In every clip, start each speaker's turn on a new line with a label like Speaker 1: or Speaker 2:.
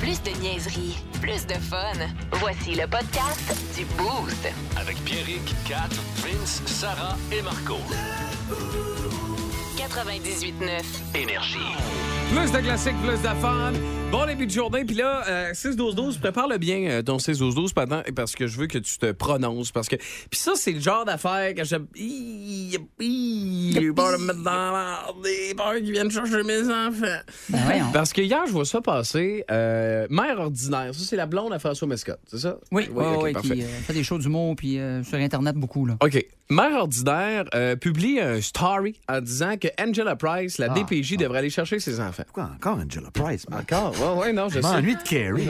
Speaker 1: Plus de niaiserie, plus de fun. Voici le podcast du Boost.
Speaker 2: Avec Pierrick, Kat, Vince, Sarah et Marco.
Speaker 1: 98.9.
Speaker 2: Énergie.
Speaker 3: Plus de classique, plus de fun. Bon début de journée. Puis là, euh, 6-12-12, prépare-le bien, euh, ton 6-12-12, pendant- parce que je veux que tu te prononces. Parce que... Puis ça, c'est le genre d'affaire que j'aime. Hi, hi, J'ai peur de me mettre dans la merde. J'ai peur qu'ils viennent chercher mes enfants.
Speaker 4: voyons.
Speaker 3: parce que hier, je vois ça passer. euh, Mère ordinaire, ça, c'est la blonde à François Mescotte, c'est ça?
Speaker 4: Oui, oui,
Speaker 3: ok,
Speaker 4: oui,
Speaker 3: parfait.
Speaker 4: qui euh, fait des shows d'humour, puis euh, sur Internet beaucoup, là.
Speaker 3: OK. Mère ordinaire euh, publie un story en disant que Angela Price, la
Speaker 4: Ah.
Speaker 3: DPJ, devrait aller chercher ses enfants.
Speaker 5: Pourquoi encore Angela Price? man?
Speaker 3: Encore? ben, Ouais, ouais, non, je
Speaker 5: Je
Speaker 3: sais.
Speaker 5: m'ennuie de Carrie.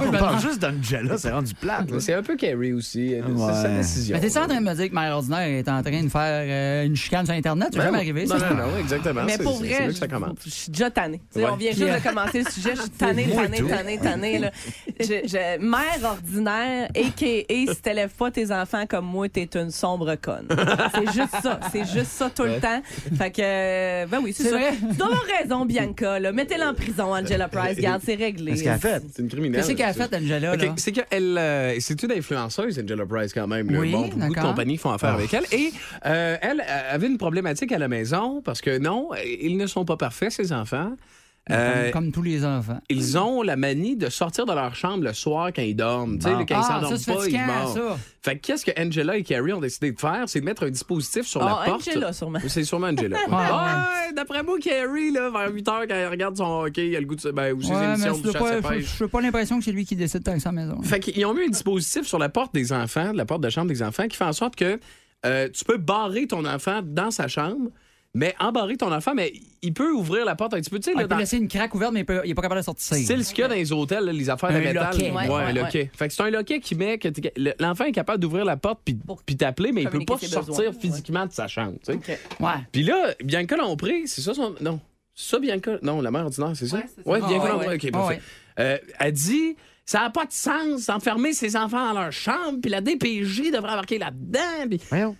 Speaker 5: On parle juste d'Angela, c'est rendu plate. là.
Speaker 3: Mais C'est un peu Carrie aussi. euh,
Speaker 5: Ouais.
Speaker 3: C'est sa décision.
Speaker 4: Mais t'es en train de me dire que Mère Ordinaire est en train de faire euh, une chicane sur Internet? C'est
Speaker 3: Ben
Speaker 4: jamais
Speaker 3: non.
Speaker 4: arrivé,
Speaker 3: Non,
Speaker 4: ça?
Speaker 3: non, non, exactement.
Speaker 6: Mais
Speaker 3: Ah, C'est-
Speaker 6: pour
Speaker 3: c'est-
Speaker 6: vrai,
Speaker 3: c'est là que
Speaker 6: je-
Speaker 3: ça commence.
Speaker 6: je suis déjà tannée. Tu sais,
Speaker 3: Ouais.
Speaker 6: On vient juste de commencer le sujet. Je suis tannée, tannée, tannée, tannée. là. Je, je- mère ordinaire, a.k.a. si t'élèves pas tes enfants comme moi, t'es une sombre conne. C'est juste ça. C'est juste ça tout le temps. Fait que, euh, ben oui, c'est
Speaker 4: C'est
Speaker 6: ça.
Speaker 4: vrai.
Speaker 6: Tu dois avoir raison, Bianca. là. Mettez-la en prison, Angela Price. Garde, c'est réglé.
Speaker 5: Qu'est-ce qu'elle a fait?
Speaker 3: C'est une criminelle.
Speaker 4: Qu'est-ce qu'elle a fait, Angela,
Speaker 3: OK,
Speaker 4: là?
Speaker 3: c'est qu'elle. euh, c'est une influenceuse, Angela Price, quand même. là.
Speaker 4: Oui,
Speaker 3: bon, beaucoup de
Speaker 4: d'accord.
Speaker 3: compagnies font affaire avec elle. Et euh, elle euh, avait une problématique à la maison parce que non, ils ne sont pas parfaits, ces enfants. Euh,
Speaker 4: Comme, comme tous les enfants.
Speaker 3: ils ont la manie de sortir de leur chambre le soir quand ils dorment. Tu sais,
Speaker 5: Bon.
Speaker 3: là, quand
Speaker 4: Ah,
Speaker 3: ils
Speaker 4: ça, c'est
Speaker 3: s'endorment pas, ils
Speaker 4: fatigant,
Speaker 3: meurent.
Speaker 4: ça.
Speaker 3: Fait que qu'est-ce que Angela et Carrie ont décidé de faire? C'est de mettre un dispositif sur
Speaker 6: Ah,
Speaker 3: la porte.
Speaker 6: Angela, sûrement.
Speaker 3: C'est sûrement Angela. ouais.
Speaker 4: Ah,
Speaker 3: Ouais, D'après moi, Carrie, là, vers 8 h, quand elle regarde son hockey, il a le goût de. se- Ben, ou ses
Speaker 4: Ouais, mais
Speaker 3: émissions
Speaker 4: je
Speaker 3: de
Speaker 4: n'ai
Speaker 3: chasse
Speaker 4: pas,
Speaker 3: à
Speaker 4: je-
Speaker 3: pêche.
Speaker 4: je- j'ai pas l'impression que c'est lui qui décide tant que sa maison.
Speaker 3: Fait qu'ils ont mis un dispositif sur la porte des enfants, de la porte de chambre des enfants, qui fait en sorte que euh, tu peux barrer ton enfant dans sa chambre, mais embarrer ton enfant, mais il peut ouvrir la porte un petit peu. Tu sais,
Speaker 4: Ah,
Speaker 3: là,
Speaker 4: il peut
Speaker 3: dans-
Speaker 4: laisser une craque ouverte, mais il peut- il n'est pas capable de sortir.
Speaker 3: c'est le- ce qu'il y a dans les hôtels, là, les affaires de
Speaker 4: Un
Speaker 3: métal.
Speaker 4: loquet.
Speaker 3: Ouais,
Speaker 6: Ouais,
Speaker 3: un
Speaker 6: ouais,
Speaker 3: loquet. Fait que c'est un loquet qui met que t'es- le- l'enfant est capable d'ouvrir la porte puis, puis t'appeler, mais il peut
Speaker 6: communiquer
Speaker 3: pas
Speaker 6: ses
Speaker 3: sortir
Speaker 6: besoins.
Speaker 3: physiquement de sa chambre. tu sais.
Speaker 6: OK.
Speaker 4: Ouais.
Speaker 3: Puis là, Bianca Lompré, c'est ça son. Non. C'est ça, Bianca. Non, la mère ordinaire, c'est ça? Oui,
Speaker 4: Ah,
Speaker 3: Bianca
Speaker 4: ouais,
Speaker 3: Lompré.
Speaker 4: ouais. Ah,
Speaker 3: OK, parfait.
Speaker 4: Ouais.
Speaker 3: Euh, elle dit ça n'a pas de sens d'enfermer ses enfants dans leur chambre, puis la DPJ devrait embarquer là-dedans. Puis
Speaker 5: Voyons.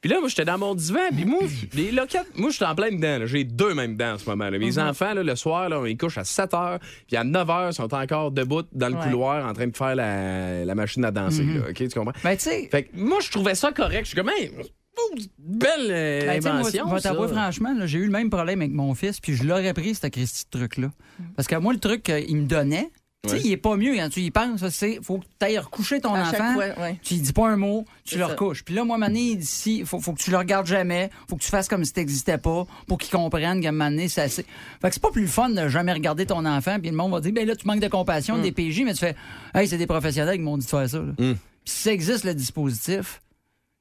Speaker 3: puis là, moi, j'étais dans mon divan, puis moi, les loquettes, moi, j'étais en plein dedans. là. J'ai deux mêmes dents en ce moment. là. Mes
Speaker 4: Mm-hmm.
Speaker 3: enfants, là, le soir, là, ils couchent à 7 h, puis à 9 h, ils sont encore debout dans le
Speaker 6: Ouais.
Speaker 3: couloir en train de faire la, la machine à danser. là. OK, tu comprends?
Speaker 4: Ben, tu sais,
Speaker 3: Fait que moi, je trouvais ça correct. Je suis comme, hey, oh, belle euh,
Speaker 4: Ben, tu sais,
Speaker 3: invention,
Speaker 4: moi, je vais
Speaker 3: ça.
Speaker 4: t'avouer franchement, là, j'ai eu le même problème avec mon fils, puis je l'aurais pris, ce Christy de truc-là.
Speaker 6: Mm.
Speaker 4: Parce que moi, le truc qu'il me donnait, tu sais,
Speaker 3: Ouais.
Speaker 4: il est pas mieux quand tu y penses, là, c'est faut que tu ailles recoucher ton
Speaker 6: À chaque
Speaker 4: enfant.
Speaker 6: fois, ouais.
Speaker 4: Tu lui dis pas un mot, tu
Speaker 6: C'est
Speaker 4: le
Speaker 6: ça.
Speaker 4: recouches. Puis là, moi, Mané, il dit si, faut, faut que tu le regardes jamais, faut que tu fasses comme si t'existais pas, pour qu'il comprenne qu'à un moment donné, c'est assez. Fait que c'est pas plus le fun de jamais regarder ton enfant, puis le monde va dire, ben là, tu manques de compassion,
Speaker 6: Mm.
Speaker 4: des PJ, mais tu fais, hey, c'est des professionnels qui m'ont dit de faire ça. là. Puis si ça existe, le dispositif,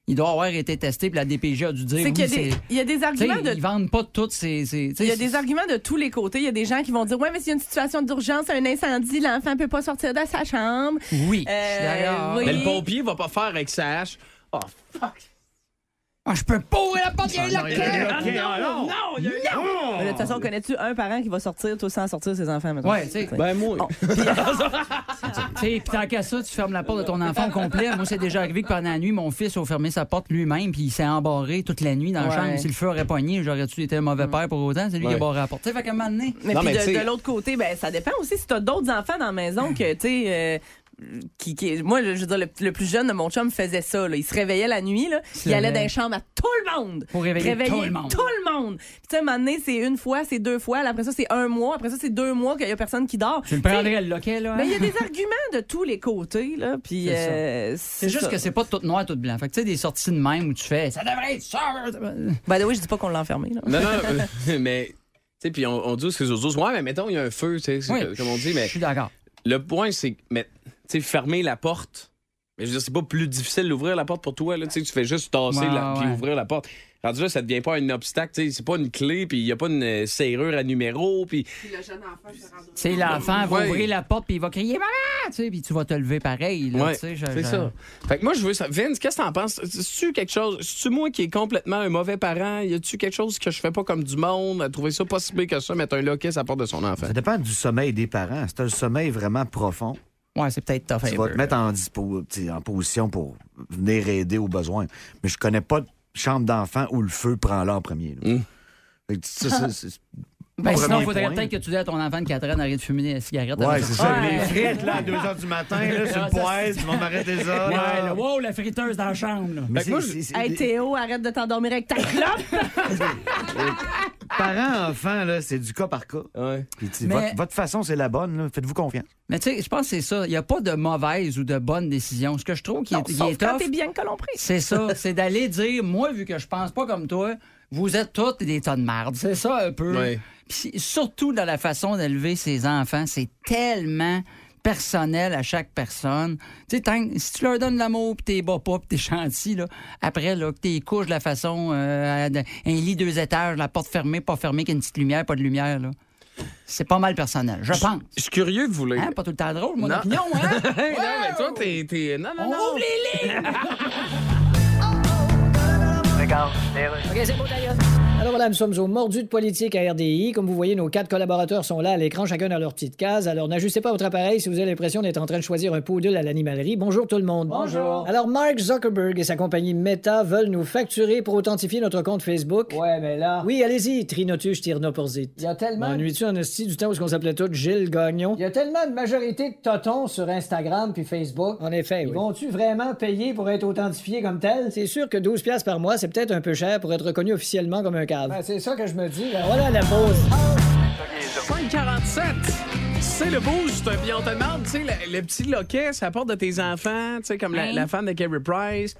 Speaker 4: il doit avoir été testé, puis la DPJ a dû dire,
Speaker 6: C'est
Speaker 4: oui,
Speaker 6: qu'il y a des-
Speaker 4: c'est-
Speaker 6: il y a des
Speaker 4: tu sais,
Speaker 6: arguments de
Speaker 4: Ils vendent pas toutes ces. ces- tu sais,
Speaker 6: Il y a des arguments de tous les côtés. Il y a des gens qui vont dire Ouais, mais s'il y a une situation d'urgence, un incendie, l'enfant peut pas sortir de sa chambre.
Speaker 4: Oui.
Speaker 6: Euh,
Speaker 4: je suis d'accord.
Speaker 6: oui.
Speaker 3: Mais le pompier va pas faire avec sa hache. Oh, fuck.
Speaker 4: Ah, je peux pas ouvrir la porte, il y a eu la clé.
Speaker 5: Ok, alors.
Speaker 6: Mais de toute façon, connais-tu un parent qui va sortir, tout sans sortir ses enfants maintenant?
Speaker 4: Ah, Ouais, tu sais.
Speaker 3: Ben, moi.
Speaker 4: Tu sais, puis tant qu'à ça, tu fermes la porte de ton enfant au complet. Moi, c'est déjà arrivé que pendant la nuit, mon fils a fermé sa porte lui-même, puis il s'est embarré toute la nuit dans la
Speaker 6: Ouais.
Speaker 4: chambre. Si le feu aurait pogné, j'aurais-tu été un mauvais père pour autant? C'est lui qui
Speaker 3: Ouais.
Speaker 4: a barré la porte. Tu sais, fait qu'à un moment donné.
Speaker 6: Mais
Speaker 3: Non,
Speaker 6: puis
Speaker 3: mais tu
Speaker 6: de,
Speaker 3: sais-
Speaker 6: de l'autre côté, ben ça dépend aussi si t'as d'autres enfants dans la maison que tu sais. euh, qui, qui- moi, je veux dire, le, le plus jeune de mon chum faisait ça. là. Il se réveillait la nuit, là,
Speaker 4: C'est
Speaker 6: il allait
Speaker 4: vrai.
Speaker 6: dans les chambres à tout le monde.
Speaker 4: Pour réveiller tout le monde.
Speaker 6: tout le monde. Puis, tu sais, à un moment donné, c'est une fois, c'est deux fois. là, après ça, c'est un mois. Après ça, c'est deux mois qu'il y a personne qui dort.
Speaker 4: Tu le
Speaker 6: Tu sais,
Speaker 4: prendrais le loquet, là. hein?
Speaker 6: Mais il y a des arguments de tous les côtés, là. Puis,
Speaker 4: C'est ça.
Speaker 6: euh,
Speaker 4: C'est juste
Speaker 6: ça.
Speaker 4: que c'est pas tout noir, tout blanc. Fait que tu sais, des sorties de même où tu fais. Ça devrait être ça.
Speaker 6: By the way, je dis pas qu'on l'a enfermé, là.
Speaker 3: Non, non, euh, mais. Tu sais, puis on, on dit aux autres, ouais, mais mettons, il y a un feu, tu sais, c'est
Speaker 4: Oui,
Speaker 3: que- comme on dit, mais
Speaker 4: Je suis d'accord.
Speaker 3: le point, c'est, que, mais, tu sais, fermer la porte. Mais je veux dire, c'est pas plus difficile d'ouvrir la porte pour toi, là, tu sais, tu fais juste tasser
Speaker 4: Ouais,
Speaker 3: la, puis
Speaker 4: ouais.
Speaker 3: ouvrir la porte. Rendu là, ça devient pas un obstacle, tu sais, c'est pas une clé, puis il y a pas une euh, serrure à numéro, puis.
Speaker 4: C'est l'enfant va
Speaker 3: Ouais.
Speaker 4: ouvrir la porte puis il va crier maman, tu sais, puis tu vas te lever pareil. là,
Speaker 3: Ouais,
Speaker 4: tu sais, je-
Speaker 3: c'est
Speaker 4: je-
Speaker 3: ça. Fait que moi, je veux ça. Vince, qu'est-ce que t'en penses? C'est-tu quelque chose? C'est-tu moi qui est complètement un mauvais parent? Y a-tu quelque chose que je fais pas comme du monde? À trouver ça pas si pire que ça, mettre un loquet à la porte de son enfant?
Speaker 5: Ça dépend du sommeil des parents. C'est un sommeil vraiment profond.
Speaker 4: Ouais, c'est peut-être tough.
Speaker 5: Tu vas te mettre en, dispo- t'sais, en position pour venir aider aux besoins. Mais
Speaker 3: Hmm.
Speaker 5: je connais pas de chambre d'enfant où le feu prend là en premier. là. Fait que ça, c'est- c'est-
Speaker 4: Ben, sinon,
Speaker 5: Premier
Speaker 4: il faudrait
Speaker 5: point.
Speaker 4: peut-être que tu dises à ton enfant de 4 ans d'arrêter de fumer des cigarettes.
Speaker 5: Ouais,
Speaker 4: avec
Speaker 5: c'est
Speaker 4: ça.
Speaker 5: ça.
Speaker 6: Ouais.
Speaker 5: Les frites, là, à 2 h du matin, là, sur
Speaker 4: Ah,
Speaker 5: une
Speaker 4: ça, c'est-
Speaker 5: poêle, tu vas m'arrêter ça.
Speaker 4: Ouais,
Speaker 5: là.
Speaker 4: là, wow, la friteuse dans la chambre. là.
Speaker 5: Mais
Speaker 3: Fait que moi,
Speaker 5: c'est-
Speaker 3: je-
Speaker 5: c'est-
Speaker 6: Hey
Speaker 5: les
Speaker 6: Théo, arrête de t'endormir avec ta clope!
Speaker 5: Parents-enfants, là, c'est du cas par cas. Puis tu-
Speaker 4: Mais-
Speaker 5: votre, votre façon, c'est la bonne. là. Faites-vous confiance.
Speaker 4: Mais tu sais, je pense que c'est ça. Il n'y a pas de mauvaise ou de bonne décision. Ce que je trouve qui est,
Speaker 6: Non,
Speaker 4: qui
Speaker 6: sauf
Speaker 4: est
Speaker 6: quand
Speaker 4: tough,
Speaker 6: t'es bien que l'on prie.
Speaker 4: c'est ça. C'est d'aller dire, moi, vu que je pense pas comme toi, vous êtes toutes des tas de marde. C'est ça un peu.
Speaker 3: Ouais.
Speaker 4: Puis surtout dans la façon d'élever ses enfants, c'est tellement personnel à chaque personne. Tu sais, tant- si tu leur donnes de l'amour, puis t'es bas pas, puis t'es gentil, là, après, là, que t'es couches de la façon, euh, à- de- un lit deux étages, la porte fermée, pas fermée, qu'il y a une petite lumière, pas de lumière, là. C'est pas mal personnel, je pense.
Speaker 3: Je suis curieux de vous lire.
Speaker 4: Hein, pas tout le temps drôle, mon
Speaker 3: Non.
Speaker 4: opinion, hein?
Speaker 3: Hey, non, mais toi, t'es. t'es- Non, non,
Speaker 4: On
Speaker 3: non.
Speaker 4: ouvre les lignes!
Speaker 7: Alors voilà, nous sommes au mordu de politique à RDI. Comme vous voyez, nos quatre collaborateurs sont là à l'écran, chacun dans leur petite case. Alors n'ajustez pas votre appareil si vous avez l'impression d'être en train de choisir un poodle à l'animalerie. Bonjour tout le monde. Bonjour. Alors Mark Zuckerberg et sa compagnie Meta veulent nous facturer pour authentifier notre compte Facebook. Ouais, mais là. Oui, allez-y, Trinotus Tirnoporzit. Il y a tellement. M'ennuies-tu en esti du temps où on s'appelait tous Gilles Gagnon? Il y a tellement de majorité de totons sur Instagram puis Facebook. En effet, Ils vont-tu vraiment payer pour être authentifiés comme tel? C'est sûr que 12 piastres par mois, c'est peut-être un peu cher pour être reconnu officiellement comme un cave. Ben, c'est ça que je me dis. Voilà la pause.
Speaker 3: 547. C'est le boost. Puis on te demande, tu sais, le, le petit loquet, ça porte de tes enfants, tu sais, comme la, la fan de Kerry Price.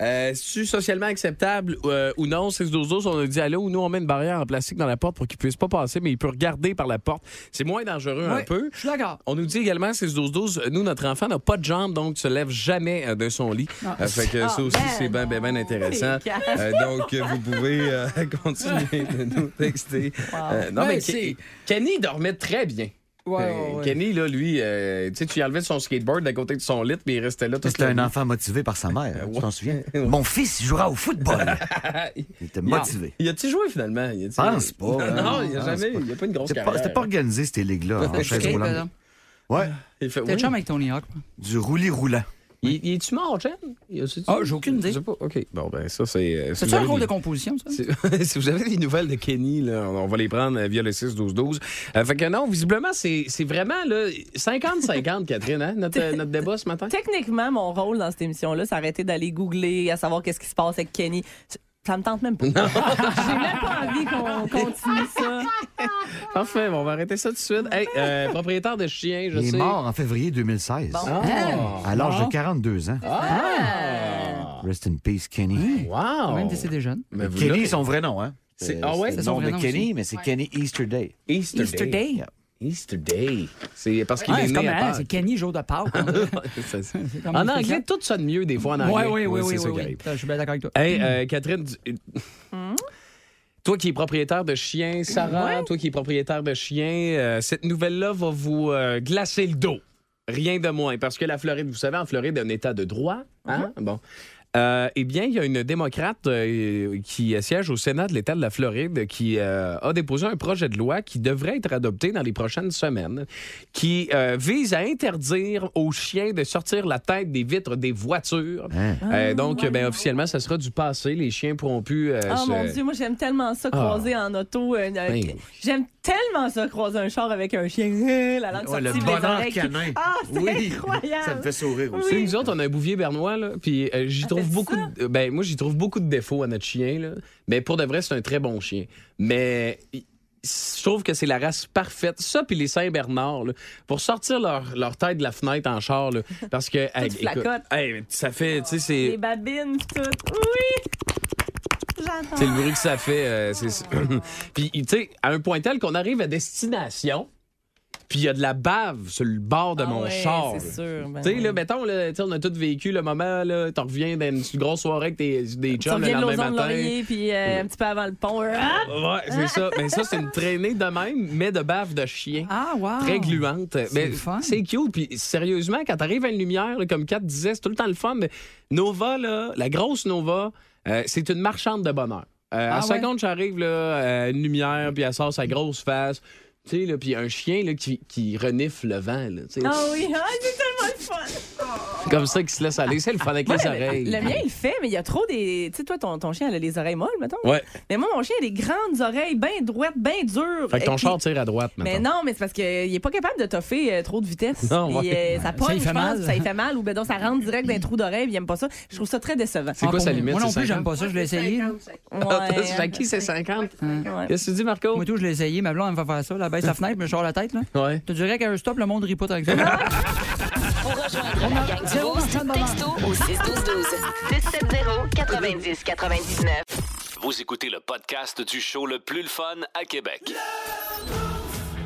Speaker 3: Euh, tu socialement acceptable euh, ou non, 6 12 12 on a dit allô, nous on met une barrière en plastique dans la porte pour qu'il puisse pas passer, mais il peut regarder par la porte. C'est moins dangereux un
Speaker 4: Ouais,
Speaker 3: peu.
Speaker 4: Je suis d'accord.
Speaker 3: On nous dit également, 6 12 12 nous, notre enfant n'a pas de jambes, donc ne se lève jamais euh, de son lit.
Speaker 4: Ah.
Speaker 3: Euh, fait que
Speaker 4: Oh,
Speaker 3: ça aussi, c'est bien, bien, bien intéressant. Euh, donc, euh, vous pouvez euh, continuer de nous texter. Euh, non,
Speaker 4: Ouais,
Speaker 3: mais Ke-
Speaker 4: c'est-
Speaker 3: Kenny dormait très bien.
Speaker 4: Ouais,
Speaker 3: Euh,
Speaker 4: ouais, ouais.
Speaker 3: Kenny, là, lui, euh, tu sais, tu lui enlevais son skateboard d'à côté de son lit, mais il restait là tout
Speaker 5: C'était
Speaker 3: le
Speaker 5: un
Speaker 3: nuit.
Speaker 5: enfant motivé par sa mère, tu t'en souviens? Mon fils il jouera au football. Il était motivé.
Speaker 3: Il a-tu joué finalement? Il a-tu-
Speaker 5: Pense pas,
Speaker 3: Non,
Speaker 5: hein.
Speaker 3: non, il a
Speaker 5: Pense
Speaker 3: jamais.
Speaker 5: pas.
Speaker 3: Il n'y a pas une grosse
Speaker 5: C'était
Speaker 3: carrière.
Speaker 5: pas, c'était pas organisé, cette ligue-là, en chaise
Speaker 4: Skate, par
Speaker 5: roulante.
Speaker 4: exemple.
Speaker 5: Ouais,
Speaker 3: Il fait,
Speaker 4: T'es
Speaker 3: oui.
Speaker 4: ben, chum avec Tony Hawk. moi.
Speaker 5: du roulis roulant.
Speaker 3: Il, il est-tu mort, Jen? Il a-tu-
Speaker 4: Ah, j'ai aucune idée.
Speaker 3: Je sais pas. OK. Bon, ben, ça, c'est. euh, si
Speaker 4: C'est-tu
Speaker 3: vous
Speaker 4: un
Speaker 3: avez
Speaker 4: rôle
Speaker 3: des-
Speaker 4: de composition, ça?
Speaker 3: Si si vous avez des nouvelles de Kenny, là, on on va les prendre euh, via le 6-12-12. Euh, fait que non, visiblement, c'est c'est vraiment là, 50-50, Catherine, hein, notre, euh, notre débat ce matin.
Speaker 6: Techniquement, mon rôle dans cette émission-là, c'est arrêter d'aller googler, à savoir qu'est-ce qui se passe avec Kenny. Ça me tente même pas. J'ai même pas envie qu'on continue ça. Ah,
Speaker 3: Parfait, bon, on va arrêter ça tout de suite. Hey, euh, propriétaire de chien, je
Speaker 5: Il est
Speaker 3: sais.
Speaker 5: mort en février 2016,
Speaker 3: Ah.
Speaker 5: à l'âge de 42 ans. Rest in peace, Kenny.
Speaker 3: Wow!
Speaker 4: Même décédé jeune.
Speaker 3: Mais vous
Speaker 5: Kenny,
Speaker 3: là-
Speaker 5: son vrai nom, hein?
Speaker 3: C'est-
Speaker 5: Euh,
Speaker 3: ah ouais?
Speaker 5: c'est
Speaker 4: C'est
Speaker 5: le
Speaker 4: son
Speaker 5: nom
Speaker 4: vrai
Speaker 5: de
Speaker 4: nom
Speaker 5: Kenny,
Speaker 4: aussi.
Speaker 5: mais c'est Kenny Easter Day.
Speaker 3: Easter,
Speaker 6: Easter
Speaker 3: Day.
Speaker 6: Day.
Speaker 3: Easter Day. C'est parce qu'il
Speaker 4: Ouais,
Speaker 3: est
Speaker 4: Ah, c'est
Speaker 3: né
Speaker 4: comme
Speaker 3: à
Speaker 4: hein,
Speaker 3: Pâques.
Speaker 4: c'est Kenny, jour de Pâques. hein.
Speaker 3: C'est- c'est-
Speaker 4: comme
Speaker 3: en
Speaker 4: il fait
Speaker 3: anglais,
Speaker 4: ça.
Speaker 3: tout sonne mieux des fois en
Speaker 4: Oui,
Speaker 3: anglais.
Speaker 4: oui, oui,
Speaker 3: Ouais,
Speaker 4: oui.
Speaker 3: c'est ça qui
Speaker 4: oui,
Speaker 3: arrive.
Speaker 4: oui. Ah, Je suis bien d'accord avec toi.
Speaker 3: Hey, euh, Catherine, du- toi qui es propriétaire de chien, Sarah, toi qui es propriétaire de chien, euh, cette nouvelle-là va vous euh, glacer le dos. Rien de moins. Parce que la Floride, vous savez, en Floride, un état de droit. Hein? Bon. Euh, eh bien, il y a une démocrate euh, qui siège au Sénat de l'État de la Floride qui euh, a déposé un projet de loi qui devrait être adopté dans les prochaines semaines, qui euh, vise à interdire aux chiens de sortir la tête des vitres des voitures.
Speaker 5: Hein?
Speaker 6: Ah,
Speaker 3: Euh, donc, ben, officiellement, ça sera du passé. Les chiens pourront plus. euh,
Speaker 6: Oh
Speaker 3: se-
Speaker 6: mon Dieu, moi j'aime tellement ça croiser en auto. euh, euh,
Speaker 3: Ah. Ben oui.
Speaker 6: J'aime tellement ça croiser un char avec un chien. euh, La langue
Speaker 5: Ouais,
Speaker 6: sortie, les oreilles qui- Ah, c'est incroyable.
Speaker 5: Ça me fait sourire
Speaker 3: Tu sais,
Speaker 5: aussi.
Speaker 3: nous autres, on a un bouvier bernois, là, puis euh, j'y trouve
Speaker 6: fait
Speaker 3: beaucoup.
Speaker 6: Ah, ça?
Speaker 3: de- euh, ben, moi, j'y trouve beaucoup de défauts à notre chien, là. Mais pour de vrai, c'est un très bon chien. Mais il- je trouve que c'est la race parfaite. Ça, puis les Saint-Bernard, là, pour sortir leur, leur tête de la fenêtre en char, là, parce que. hey, écoute,
Speaker 6: flacotte.
Speaker 3: hey, mais ça fait. Tu sais,
Speaker 6: Les
Speaker 3: c'est.
Speaker 6: babines, pis tout. Oui! J'entends.
Speaker 3: C'est le bruit que ça fait. euh, c'est- puis, tu sais, à un point tel qu'on arrive à destination, puis il y a de la bave sur le bord de
Speaker 6: Ah
Speaker 3: mon
Speaker 6: ouais,
Speaker 3: char. là.
Speaker 6: C'est sûr. ben
Speaker 3: Tu sais, là,
Speaker 6: oui.
Speaker 3: mettons, là, tu sais, on a tous vécu le moment, là, t'en reviens d'une grosse soirée avec tes, des
Speaker 6: Tu
Speaker 3: chums le
Speaker 6: reviens de
Speaker 3: lendemain
Speaker 6: Lausanne de
Speaker 3: matin.
Speaker 6: Laurier, puis euh, un petit peu avant le pont. euh, ah!
Speaker 3: Ouais, c'est ça. Mais ça, c'est une traînée de même, mais de bave de chien.
Speaker 4: Ah, wow.
Speaker 3: Très gluante. Mais
Speaker 4: le fun.
Speaker 3: c'est cute. Puis sérieusement, quand t'arrives à une lumière, là, comme Kat disait, c'est tout le temps le fun. Mais Nova, là, la grosse Nova, euh, c'est une marchande de bonheur. Euh, à
Speaker 4: Ah ouais?
Speaker 3: euh, seconde, j'arrive, là, à une lumière, puis elle sort sa grosse face. Tu sais, là, puis un chien là, qui, qui renifle le vent, là, tu sais.
Speaker 6: Ah oui, ah, c'est tellement le fun.
Speaker 3: C'est comme ça qu'il se laisse aller. C'est le fun avec les
Speaker 6: Ah, Ouais, mais
Speaker 3: oreilles.
Speaker 6: Le mien, il fait, mais il y a trop des. Tu sais, toi, ton, ton chien, elle a les oreilles molles, mettons.
Speaker 3: Ouais.
Speaker 6: Mais moi, mon chien, il a des grandes oreilles, bien droites, bien dures.
Speaker 3: Fait que ton
Speaker 6: Et Euh, puis-
Speaker 3: char tire à droite maintenant.
Speaker 6: Mais non, mais c'est parce qu'il est pas capable de toffer euh, trop de vitesse.
Speaker 3: Non,
Speaker 6: Puis,
Speaker 3: ouais.
Speaker 6: euh, ça
Speaker 4: Ça,
Speaker 6: pogne,
Speaker 4: il
Speaker 6: je
Speaker 4: fait
Speaker 6: pense,
Speaker 4: mal.
Speaker 6: Ça, il fait mal. Ou ben, donc, ça rentre direct dans les trous d'oreille, puis il aime pas ça. Je trouve ça très décevant.
Speaker 3: C'est quoi
Speaker 4: Ah,
Speaker 3: sa
Speaker 4: pour-
Speaker 3: limite?
Speaker 4: Moi non
Speaker 3: c'est
Speaker 4: plus,
Speaker 3: 50?
Speaker 4: j'aime pas ça, je l'ai essayé.
Speaker 6: Ouais.
Speaker 3: Jackie, Ah, c'est 50.
Speaker 6: Ouais.
Speaker 3: Qu'est-ce que tu dis, Marco?
Speaker 4: Moi, tout, je l'ai essayé. Ma blonde, elle me fait faire ça. La baisse la fenêtre, je me sors la tête, là.
Speaker 3: Ouais.
Speaker 4: Tu dirais qu'à un stop, le monde rit pas tant que ça.
Speaker 1: Pour rejoindre la gang du Boost, texto au 612-12. 670-90-99.
Speaker 2: Vous écoutez le podcast du show le plus le fun à Québec.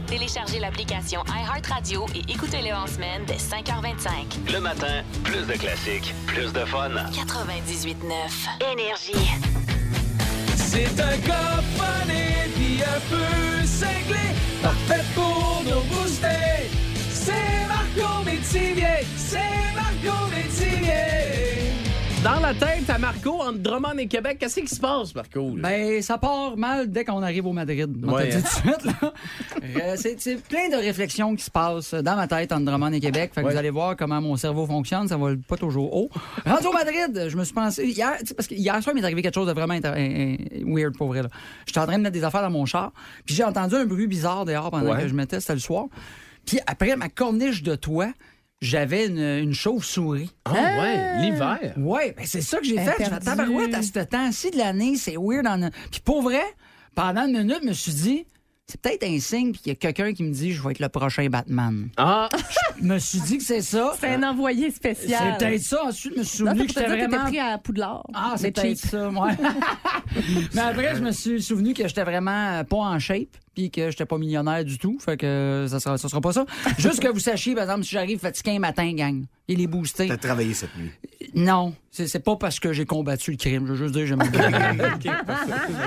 Speaker 1: Téléchargez l'application iHeartRadio et écoutez-le en semaine dès 5h25.
Speaker 2: Le matin, plus de classiques, plus de fun.
Speaker 1: 98.9. Énergie.
Speaker 3: C'est un copané qui a peu cinglé, parfait pour nos booster. C'est Marco Métivier, c'est Marco Métivier. Dans la tête à Marco, entre Drummond et Québec, qu'est-ce qui se passe, Marco? là?
Speaker 4: Ben, ça part mal dès qu'on arrive au Madrid. On
Speaker 3: Ouais,
Speaker 4: te
Speaker 3: hein.
Speaker 4: dit tout de suite, là. Euh, c'est- C'est plein de réflexions qui se passent dans ma tête entre Drummond et Québec. Fait que
Speaker 3: Ouais.
Speaker 4: vous allez voir comment mon cerveau fonctionne. Ça va pas toujours haut. Rendu au Madrid, je me suis pensé. Hier, tu sais, parce que hier soir, il m'est arrivé quelque chose de vraiment inter- euh, euh, weird pour vrai. là. J'étais en train de mettre des affaires dans mon char. Puis j'ai entendu un bruit bizarre dehors pendant
Speaker 3: Ouais.
Speaker 4: que je mettais. C'était le soir. Puis après ma corniche de toit, j'avais une- une chauve-souris.
Speaker 3: Ah ouais, l'hiver.
Speaker 4: Oui, ben c'est ça que j'ai fait. Je fais
Speaker 6: Interdit.
Speaker 4: tabarouette à ce temps-ci de l'année, c'est weird. En... Puis pour vrai, pendant une minute, je me suis dit, c'est peut-être un signe, puis il y a quelqu'un qui me dit, je vais être le prochain Batman.
Speaker 3: Ah,
Speaker 4: Je me suis dit que c'est ça.
Speaker 6: C'est un envoyé spécial.
Speaker 4: C'est peut-être ça. Ensuite, je me suis
Speaker 6: Non,
Speaker 4: souvenu
Speaker 6: t'as
Speaker 4: que
Speaker 6: pas dit
Speaker 4: j'étais
Speaker 6: que t'étais
Speaker 4: vraiment
Speaker 6: pris à Poudlard.
Speaker 4: ah, c'est
Speaker 6: Le
Speaker 4: peut-être
Speaker 6: cheap.
Speaker 4: ça, ouais. Mais après, je me suis souvenu que j'étais vraiment euh, pas en shape, puis que j'étais pas millionnaire du tout, fait que euh, ça sera, ça sera pas ça. Juste que vous sachiez, par exemple, si j'arrive fatigué un matin, gang, il est boosté.
Speaker 5: T'as travaillé cette nuit.
Speaker 4: Non, c'est c'est pas parce que j'ai combattu le crime, je veux juste dire que j'aime bien.
Speaker 3: Ben,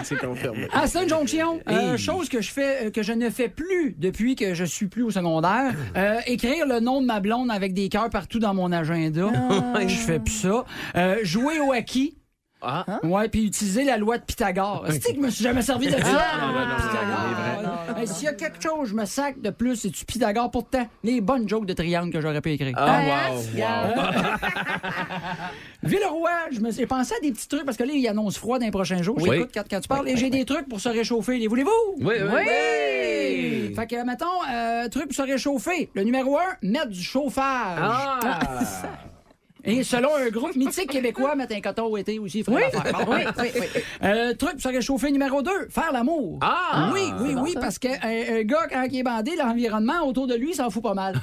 Speaker 3: c'est confirmé.
Speaker 4: À Sainte-Jonction, euh, chose que je fais, euh, que je ne fais plus depuis que je suis plus au secondaire, euh, écrire le nom de ma blonde avec des cœurs partout dans mon agenda. je fais plus ça. Euh, jouer au hockey. Hein?
Speaker 3: Ah.
Speaker 4: Ouais, puis utiliser la loi de Pythagore. cest que je me suis jamais servi de ça, la loi de
Speaker 3: non,
Speaker 4: Pythagore? Euh, S'il y a quelque chose, je me sac de plus, c'est-tu Pythagore pour temps? Les bonnes jokes de triangle que j'aurais pu écrire. Hein?
Speaker 3: Ah, wow, wow.
Speaker 4: Villeroy, je me suis pensé à des petits trucs parce que là, il annonce froid dans les prochains jours.
Speaker 3: Oui.
Speaker 4: J'écoute quand, quand tu parles et j'ai des trucs pour se réchauffer. Les voulez-vous?
Speaker 3: Oui, oui. Oui.
Speaker 4: Fait que, mettons, euh, truc pour se réchauffer. Le numéro un, mettre du chauffage.
Speaker 3: Ah!
Speaker 4: Et selon un groupe mythique québécois, mettre un coton au été aussi, il ferait l'affaire. Bon. Euh, truc pour se réchauffer numéro 2, faire l'amour.
Speaker 3: Ah!
Speaker 4: Oui, oui, oui, parce qu'un un gars, quand il est bandé, l'environnement autour de lui s'en fout pas mal.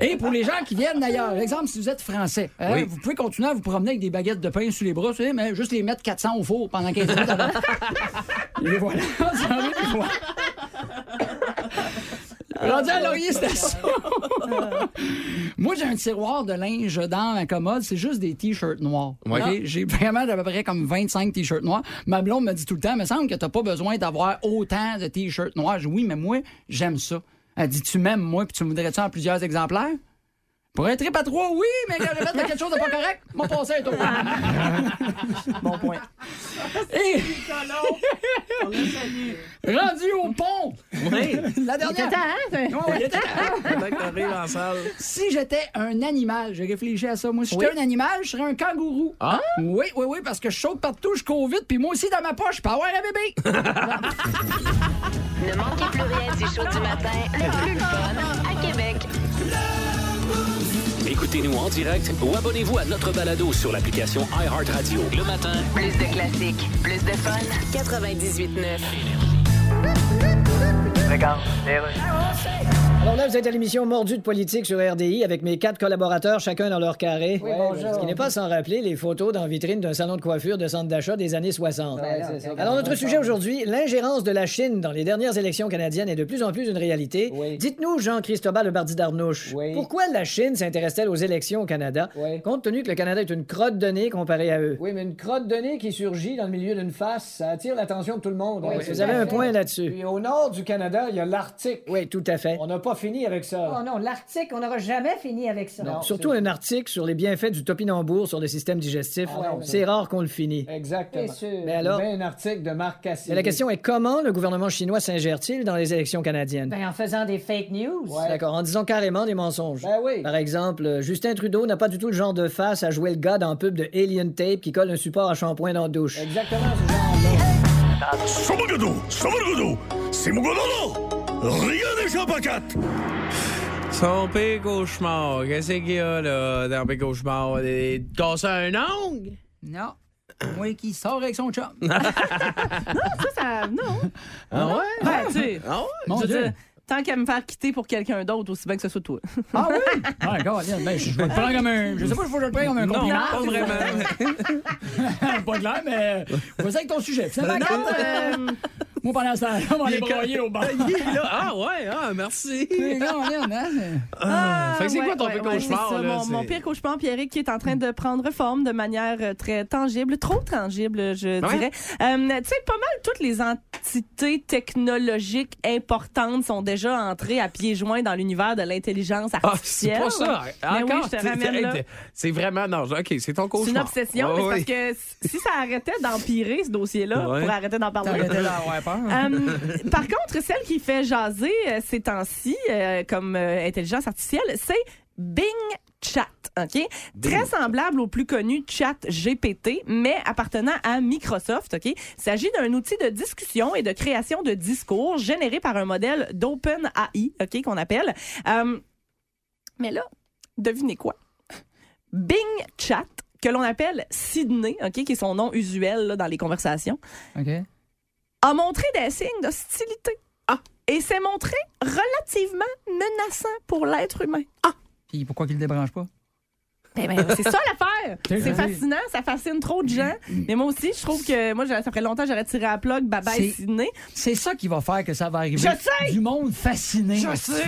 Speaker 4: Et pour les gens qui viennent d'ailleurs, exemple, si vous êtes français, hein,
Speaker 3: Oui.
Speaker 4: vous pouvez continuer à vous promener avec des baguettes de pain sous les bras, tu sais, mais juste les mettre 400 au four pendant 15 minutes avant. Et voilà, ça va des fois. Rendu à Laurier Station. Moi, j'ai un tiroir de linge dans ma commode. C'est juste des t-shirts noirs.
Speaker 3: Ouais.
Speaker 4: Ok? J'ai vraiment à peu près comme 25 t-shirts noirs. Ma blonde me dit tout le temps, me semble que t'as pas besoin d'avoir autant de t-shirts noirs. Je dis, oui, mais moi, j'aime ça. Elle dit, tu m'aimes, moi, puis tu me voudrais-tu en plusieurs exemplaires? Pour un trip à trois, oui, mais quand je vais faire quelque chose de pas correct, mon passé est au
Speaker 6: Bon point.
Speaker 4: Et... Rendu au pont! La dernière.
Speaker 6: Attends,
Speaker 4: Ouais, ouais.
Speaker 3: Pendant que t'arrives en salle.
Speaker 4: Si j'étais un animal, j'ai réfléchi à ça. Moi, si j'étais un animal, je serais un kangourou.
Speaker 3: Ah?
Speaker 4: Oui, oui, oui, parce que je saute partout, je cours vite, puis moi aussi, dans ma poche, je peux avoir un bébé.
Speaker 1: Ne manquez plus rien du show du matin, le plus fun à Québec.
Speaker 2: Écoutez-nous en direct ou abonnez-vous à notre balado sur l'application iHeartRadio. Le matin,
Speaker 1: Plus de classiques, plus de fun. 98.9.
Speaker 7: Alors là, vous êtes à l'émission Mordu de politique sur RDI avec mes quatre collaborateurs, chacun dans leur carré. Ce qui n'est pas sans rappeler les photos dans vitrine d'un salon de coiffure de centre d'achat des années 60. Alors, notre sujet aujourd'hui, l'ingérence de la Chine dans les dernières élections canadiennes est de plus en plus une réalité. Dites-nous, Jean-Christobal Bardi d'Arnouche, pourquoi la Chine s'intéresse-t-elle aux élections au Canada, compte tenu que le Canada est une crotte de nez comparée à eux? Oui, mais une crotte de nez qui surgit dans le milieu d'une face, ça attire l'attention de tout le monde. vous avez un point là-dessus. Puis au nord du Canada, il y a l'Arctique. Oui, tout à fait. On n'a pas
Speaker 8: pas fini avec ça.
Speaker 9: Oh non, l'article, on n'aura jamais fini avec ça.
Speaker 7: Non, surtout un article sur les bienfaits du topinambour sur le système digestif.
Speaker 8: Ah ouais,
Speaker 7: c'est rare qu'on le finit.
Speaker 8: Exactement.
Speaker 9: Bien sûr.
Speaker 7: Mais alors-
Speaker 8: Ben, un article de Marc Cassidy.
Speaker 7: Mais la question est comment le gouvernement chinois s'ingère-t-il dans les élections canadiennes?
Speaker 9: Ben, en faisant des fake news.
Speaker 7: D'accord, en disant carrément des mensonges.
Speaker 8: Ben oui.
Speaker 7: Par exemple, euh, Justin Trudeau n'a pas du tout le genre de face à jouer le gars dans le pub de Alien Tape qui colle un support à shampoing dans la douche.
Speaker 8: Exactement ce genre-là.
Speaker 10: Samargoudou, Samargoudou, c'est mon godono. Rien n'échappe à quatre.
Speaker 3: Son pire cauchemar. Qu'est-ce qu'il y a, là, dans pire cauchemar? Des- Casser un ongle?
Speaker 4: Non. Moi qui sort avec son chum.
Speaker 6: Ça, ça- non.
Speaker 3: Ah ouais?
Speaker 6: Ben, tu sais,
Speaker 3: Ah ouais?
Speaker 4: Mon
Speaker 6: je veux
Speaker 4: Dieu.
Speaker 6: dire, tant qu'à me faire quitter pour quelqu'un d'autre, aussi bien que ce soit toi.
Speaker 4: Ah oui? Ah, regarde, ben, je je vais le prendre comme un. Je sais pas, il faut que je le prenne comme un
Speaker 3: Non,
Speaker 4: compliment.
Speaker 3: pas vraiment.
Speaker 4: pas clair, mais. Vas-y avec ton sujet. Finalement,
Speaker 6: Non,
Speaker 4: regarde, euh, Ben,
Speaker 6: euh,
Speaker 4: moi, pendant ce temps-là, on va aller broyer au bar.
Speaker 3: Il est là. Ah ouais, ah, merci.
Speaker 4: Les gars, on est, hein, mais-
Speaker 6: Ah,
Speaker 3: Fait que c'est quoi ton pire
Speaker 6: c'est
Speaker 3: cauchemar,
Speaker 6: ça,
Speaker 3: là,
Speaker 6: mon,
Speaker 3: c'est-
Speaker 6: mon pire cauchemar, Pierrick, qui est en train de prendre forme de manière euh, très tangible, trop tangible, je
Speaker 3: Ouais.
Speaker 6: dirais. Euh, tu sais, pas mal toutes les entités technologiques importantes sont déjà entrées à pieds joints dans l'univers de l'intelligence
Speaker 3: Ah, c'est
Speaker 6: artificielle.
Speaker 3: pas ça. Ah,
Speaker 6: Ben oui,
Speaker 3: Encore,
Speaker 6: je te
Speaker 3: t'es-
Speaker 6: ramène
Speaker 3: t'es-
Speaker 6: là.
Speaker 3: t'es- c'est vraiment dangereux. OK, c'est ton cauchemar. Ah,
Speaker 6: C'est une obsession,
Speaker 3: Ouais,
Speaker 6: mais c'est
Speaker 3: ouais.
Speaker 6: parce que si ça arrêtait d'empirer ce dossier-là,
Speaker 3: Ouais.
Speaker 6: pour arrêter d'en parler.
Speaker 4: T'arrêtais d'avoir peur.
Speaker 6: Euh, par contre, celle qui fait jaser euh, ces temps-ci euh, comme euh, intelligence artificielle, c'est Bing Chat, OK? Très semblable au plus connu Chat GPT, mais appartenant à Microsoft, OK? Il s'agit d'un outil de discussion et de création de discours généré par un modèle d'OpenAI, OK, qu'on appelle. Euh, mais là, devinez quoi? Bing Chat, que l'on appelle Sydney, OK, qui est son nom usuel là, dans les conversations,
Speaker 4: OK.
Speaker 6: a montré des signes d'hostilité. Et s'est montré relativement menaçant pour l'être humain.
Speaker 4: Puis pourquoi qu'il le débranche pas?
Speaker 6: Ben, ben, c'est ça l'affaire. C'est
Speaker 4: Vas-y.
Speaker 6: fascinant, ça fascine trop de gens. Mais moi aussi, je trouve que moi, j'ai- ça ferait longtemps que j'aurais tiré à plug bye
Speaker 4: C'est-
Speaker 6: bye Sydney.
Speaker 4: C'est ça qui va faire que ça va arriver.
Speaker 6: Je sais!
Speaker 4: Du monde fasciné.
Speaker 6: Je sais!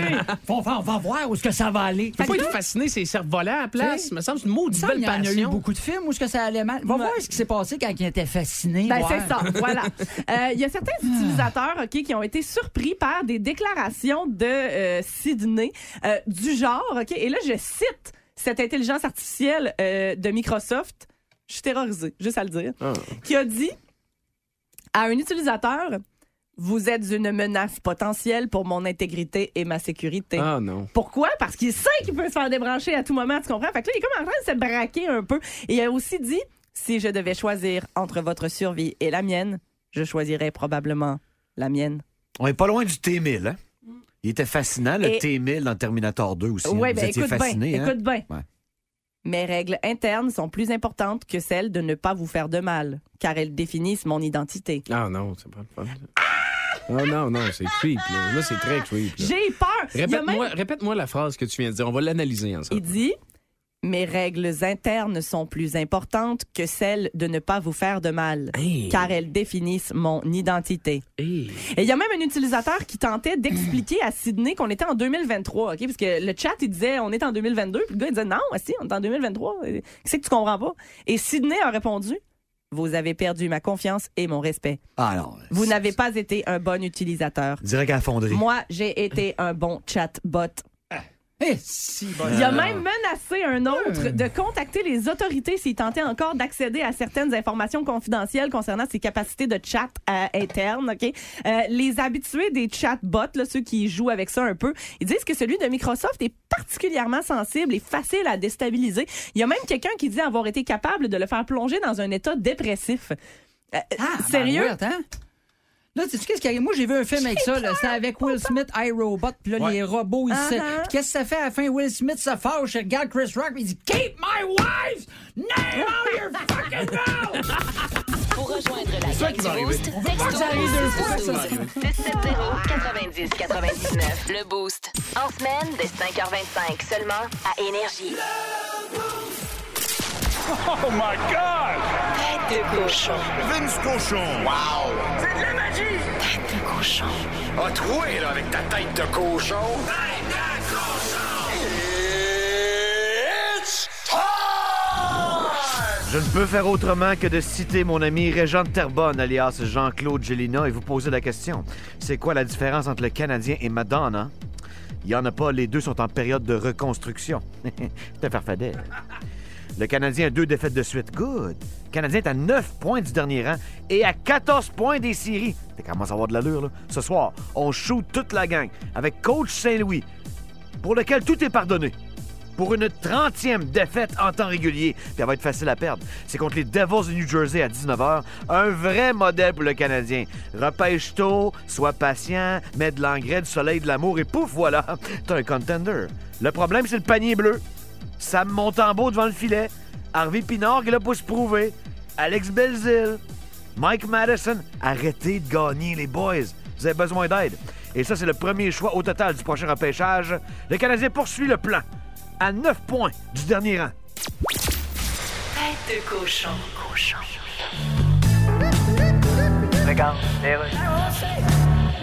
Speaker 4: On va, on va voir où est-ce que ça va aller.
Speaker 3: Faut pas être fasciné, c'est cerf-volant à place.
Speaker 4: T'sais,
Speaker 3: me semble c'est une maudite
Speaker 4: Il
Speaker 3: belle
Speaker 4: y en a eu
Speaker 3: passion.
Speaker 4: beaucoup de films où est-ce que ça allait mal. Va
Speaker 6: Ouais.
Speaker 4: voir ce qui s'est passé quand il était fasciné.
Speaker 6: Ben,
Speaker 4: voir.
Speaker 6: c'est ça, voilà. Euh, Il y a certains utilisateurs ok, qui ont été surpris par des déclarations de euh, Sydney euh, du genre, ok, et là je cite cette intelligence artificielle euh, de Microsoft, je suis terrorisée, juste à le dire,
Speaker 3: Ah.
Speaker 6: qui a dit à un utilisateur, vous êtes une menace potentielle pour mon intégrité et ma sécurité.
Speaker 3: Ah non.
Speaker 6: Pourquoi? Parce qu'il sait qu'il peut se faire débrancher à tout moment, tu comprends? Fait que là, il est comme en train de se braquer un peu. Et il a aussi dit, si je devais choisir entre votre survie et la mienne, je choisirais probablement la mienne.
Speaker 5: On est pas loin du T-1000, hein? Il était fascinant, le
Speaker 6: Et-
Speaker 5: T-1000 dans Terminator 2 aussi. hein?
Speaker 6: ouais,
Speaker 5: Vous
Speaker 6: ben
Speaker 5: étiez
Speaker 6: écoute bien,
Speaker 5: fasciné, hein?
Speaker 6: écoute bien.
Speaker 5: Ouais.
Speaker 6: Mes règles internes sont plus importantes que celles de ne pas vous faire de mal, car elles définissent mon identité.
Speaker 3: Ah non, c'est pas le fun. Ah non, non, c'est creep. Là, Là, c'est très creep. là.
Speaker 6: J'ai peur! Il y a même-
Speaker 3: Répète-moi répète-moi la phrase que tu viens de dire. On va l'analyser
Speaker 6: Il
Speaker 3: ensemble.
Speaker 6: dit Mes règles internes sont plus importantes que celles de ne pas vous faire de mal,
Speaker 3: Hey.
Speaker 6: car elles définissent mon identité.
Speaker 3: Hey.
Speaker 6: Et il y a même un utilisateur qui tentait d'expliquer à Sydney qu'on était en 2023, OK? Parce que le chat, il disait on est en 2022, puis le gars, il disait non, si, on est en 2023. Qu'est-ce Euh, que tu comprends pas? Et Sydney a répondu Vous avez perdu ma confiance et mon respect.
Speaker 5: Ah non.
Speaker 6: Vous n'avez pas été un bon utilisateur.
Speaker 5: Direct à la fonderie.
Speaker 6: Moi, j'ai été un bon chatbot.
Speaker 4: Eh, si, Hmm. bon.
Speaker 6: Il a même menacé un autre de contacter les autorités s'il tentait encore d'accéder à certaines informations confidentielles concernant ses capacités de chat euh, interne. ok? Euh, les habitués des chatbots, là, ceux qui jouent avec ça un peu, ils disent que celui de Microsoft est particulièrement sensible et facile à déstabiliser. Il y a même quelqu'un qui dit avoir été capable de le faire plonger dans un état dépressif. Euh,
Speaker 4: Ah,
Speaker 6: sérieux?
Speaker 4: ben, ouais, attends. Là, tu sais qu'est-ce qui arrive? Moi, j'ai vu un film avec ça. là. C'était avec Will Smith, iRobot, puis là, les robots, ils se...
Speaker 6: Uh-huh.
Speaker 4: Puis qu'est-ce que ça fait à la fin? Will Smith se fâche, il regarde Chris Rock, puis il dit « Keep my wife! Name out your fucking mouth!
Speaker 1: Pour rejoindre la gang du Boost, texto
Speaker 4: arrive
Speaker 1: 670 90 99. Le Boost. En semaine, dès 5h25 seulement à Énergie.
Speaker 10: Oh my God!
Speaker 1: Tête de cochon.
Speaker 10: Vince Cochon. Wow! C'est de la magie!
Speaker 1: Tête de cochon.
Speaker 10: A troué, là, avec ta tête de cochon. Tête de cochon! It's time!
Speaker 11: Je ne peux faire autrement que de citer mon ami Régent de Terbonne, alias Jean-Claude Gélina, et vous poser la question. C'est quoi la différence entre le Canadien et Madonna? Il n'y en a pas, les deux sont en période de reconstruction. C'est un farfadet. Le Canadien a deux défaites de suite. Good. Le Canadien est à 9 points du dernier rang et à 14 points des séries. Ça commence à avoir de l'allure, là. Ce soir, on shoot toute la gang avec Coach Saint-Louis, pour lequel tout est pardonné. Pour une 30e défaite en temps régulier, puis elle va être facile à perdre. C'est contre les Devils du New Jersey à 19h. Un vrai modèle pour le Canadien. Repêche tôt, sois patient, mets de l'engrais, du soleil, de l'amour, et pouf, voilà, t'as un contender. Le problème, c'est le panier bleu. Sam Montembeau devant le filet. Harvey Pinard qui est là pour se prouver. Alex Belzil. Mike Madison. Arrêtez de gagner, les boys. Vous avez besoin d'aide. Et ça, c'est le premier choix au total du prochain repêchage. Le Canadien poursuit le plan à 9 points du dernier rang.
Speaker 1: Tête de cochon. cochon.
Speaker 12: Regarde,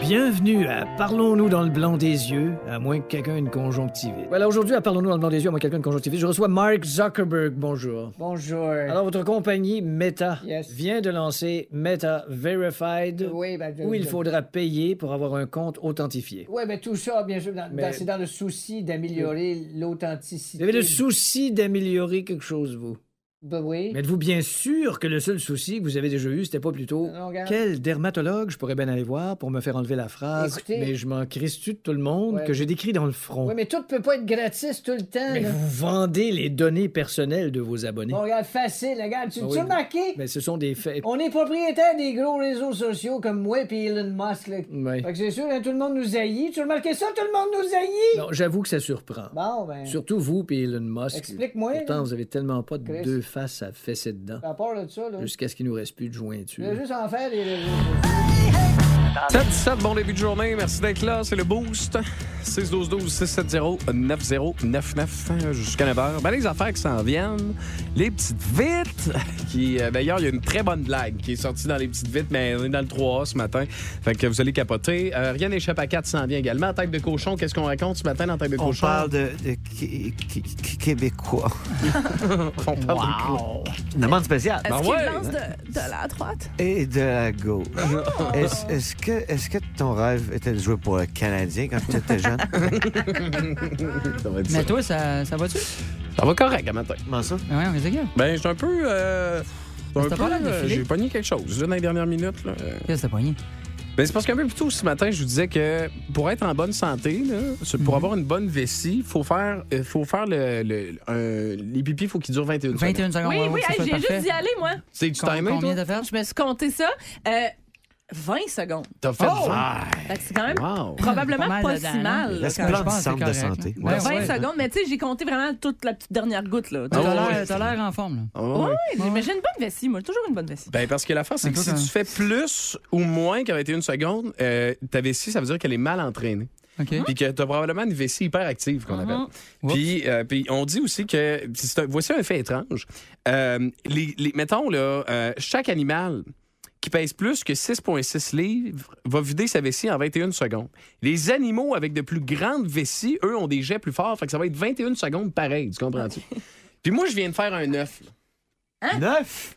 Speaker 7: Bienvenue à Parlons-nous dans le blanc des yeux, à moins que quelqu'un ait une conjonctivite. Voilà, aujourd'hui, à Parlons-nous dans le blanc des yeux, à moins que quelqu'un ait une conjonctivite, je reçois Mark Zuckerberg. Bonjour.
Speaker 8: Bonjour.
Speaker 7: Alors, votre compagnie Meta
Speaker 8: Yes.
Speaker 7: vient de lancer Meta Verified,
Speaker 8: Oui, ben, je-
Speaker 7: où il
Speaker 8: je-
Speaker 7: faudra payer pour avoir un compte authentifié.
Speaker 8: Oui, mais tout ça, bien sûr, dans- dans-
Speaker 7: Mais-
Speaker 8: c'est dans le souci d'améliorer l'authenticité.
Speaker 7: Vous avez le souci d'améliorer quelque chose, vous.
Speaker 8: Ben oui.
Speaker 7: Mais êtes-vous bien sûr que le seul souci que vous avez déjà eu, c'était pas plutôt
Speaker 8: Non, regarde.
Speaker 7: quel dermatologue je pourrais bien aller voir pour me faire enlever la phrase
Speaker 8: Écoutez.
Speaker 7: Mais je m'en crisse-tu de tout le monde
Speaker 8: Ouais.
Speaker 7: que j'ai décrit dans le front.
Speaker 8: Oui, mais tout peut pas être gratis tout le temps.
Speaker 7: Mais
Speaker 8: là.
Speaker 7: vous vendez les données personnelles de vos abonnés.
Speaker 8: Bon, regarde, facile, regarde. Tu
Speaker 7: Ah
Speaker 8: as
Speaker 7: oui,
Speaker 8: remarqué?
Speaker 7: Mais ce sont des faits.
Speaker 8: On est propriétaire des gros réseaux sociaux comme moi et Elon Musk. là.
Speaker 7: Ouais.
Speaker 8: Fait que c'est sûr, hein, tout le monde nous haït. Tu as remarqué ça? Tout le monde nous haït!
Speaker 7: Non, j'avoue que ça surprend.
Speaker 8: Bon, ben.
Speaker 7: Surtout vous puis Elon Musk.
Speaker 8: Explique-moi, là.
Speaker 7: Pourtant, vous avez tellement pas de
Speaker 8: Chris. Ah.
Speaker 7: deux faces à fesser dedans.
Speaker 8: À part de ça, là.
Speaker 7: Jusqu'à ce qu'il nous reste plus de jointure.
Speaker 8: Je vais juste en faire des réseaux.
Speaker 3: 7-17, bon début de journée. Merci d'être là. C'est le Boost. 612-12-670-9099 jusqu'à 9h. Ben, les affaires qui s'en viennent. Les petites vites. Qui, euh, d'ailleurs, il y a une très bonne blague qui est sortie dans les petites vites, mais on est dans le 3A ce matin. Fait que vous allez capoter. Euh, rien n'échappe à 4 s'en vient également. Tête de cochon, qu'est-ce qu'on raconte ce matin dans Tête de
Speaker 5: On
Speaker 3: cochon?
Speaker 5: parle de, de qui- qui- qui- Québécois.
Speaker 3: On parle
Speaker 5: Une demande spéciale.
Speaker 4: Ben
Speaker 6: Est-ce qu'il lance de, de la droite?
Speaker 5: Et de la gauche. Est-ce est-ce que, est que ton rêve était de jouer pour le Canadien quand tu étais jeune?
Speaker 4: Mais toi, ça, ça va-tu?
Speaker 3: Ça va correct à matin.
Speaker 5: Comment ça?
Speaker 4: Ouais, mais c'est quoi?
Speaker 3: Ben, j'ai un peu. euh,
Speaker 4: Mais
Speaker 3: un
Speaker 4: t'as
Speaker 3: peu,
Speaker 4: pas l'air
Speaker 3: euh,
Speaker 4: défilé.
Speaker 3: j'ai pogné quelque chose là, dans les dernières minutes. là. Euh,
Speaker 4: Qu'est-ce que t'as pogné?
Speaker 3: Ben, c'est parce qu'un peu plus tôt ce matin, je vous disais que pour être en bonne santé, là, c'est- pour avoir une bonne vessie, il faut faire, euh, faut faire le, le- un- les pipis, il faut qu'ils durent 21 secondes.
Speaker 4: 21 secondes.
Speaker 6: Oui,
Speaker 4: ouais, ouais,
Speaker 6: oui,
Speaker 4: que ça
Speaker 6: hey,
Speaker 4: soit
Speaker 6: j'ai
Speaker 4: parfait.
Speaker 6: juste d'y aller, moi.
Speaker 3: C'est du timing,
Speaker 4: combien
Speaker 3: toi?
Speaker 4: de faire?
Speaker 6: Je me suis compté ça. Euh, 20 secondes.
Speaker 3: T'as fait
Speaker 6: Oh!
Speaker 3: vingt.
Speaker 6: Fait que C'est quand même
Speaker 3: Wow.
Speaker 6: probablement
Speaker 4: Pas
Speaker 6: pas,
Speaker 4: mal
Speaker 6: si
Speaker 4: dedans,
Speaker 6: mal.
Speaker 5: La
Speaker 6: là, quand même.
Speaker 5: splendide
Speaker 4: c'est
Speaker 5: centre de
Speaker 4: correct,
Speaker 5: santé.
Speaker 4: hein.
Speaker 5: Ouais.
Speaker 4: Ben
Speaker 6: 20
Speaker 4: ouais.
Speaker 6: secondes, mais tu sais, j'ai compté vraiment toute la petite dernière goutte.
Speaker 3: Ah
Speaker 6: Là.
Speaker 4: T'as
Speaker 3: ouais,
Speaker 4: l'air-
Speaker 3: ouais.
Speaker 4: T'as l'air en forme, là.
Speaker 3: Ah ouais.
Speaker 6: Ouais, j'imagine une bonne vessie, moi. Toujours une bonne vessie.
Speaker 3: Ben, parce que la face, c'est que si tu fais plus ou moins qu'à 21 secondes, euh, ta vessie, ça veut dire qu'elle est mal entraînée.
Speaker 4: OK.
Speaker 3: Puis que t'as probablement une vessie hyperactive, qu'on appelle. Puis, euh, puis on dit aussi que... puis c'est un- voici un fait étrange. Euh, les, les- mettons, là, euh, chaque animal qui pèse plus que 6,6 livres va vider sa vessie en 21 secondes. Les animaux avec de plus grandes vessies, eux, ont des jets plus forts. Fait que ça va être 21 secondes pareil, tu comprends-tu? Puis moi, je viens de faire un 9.
Speaker 5: Neuf!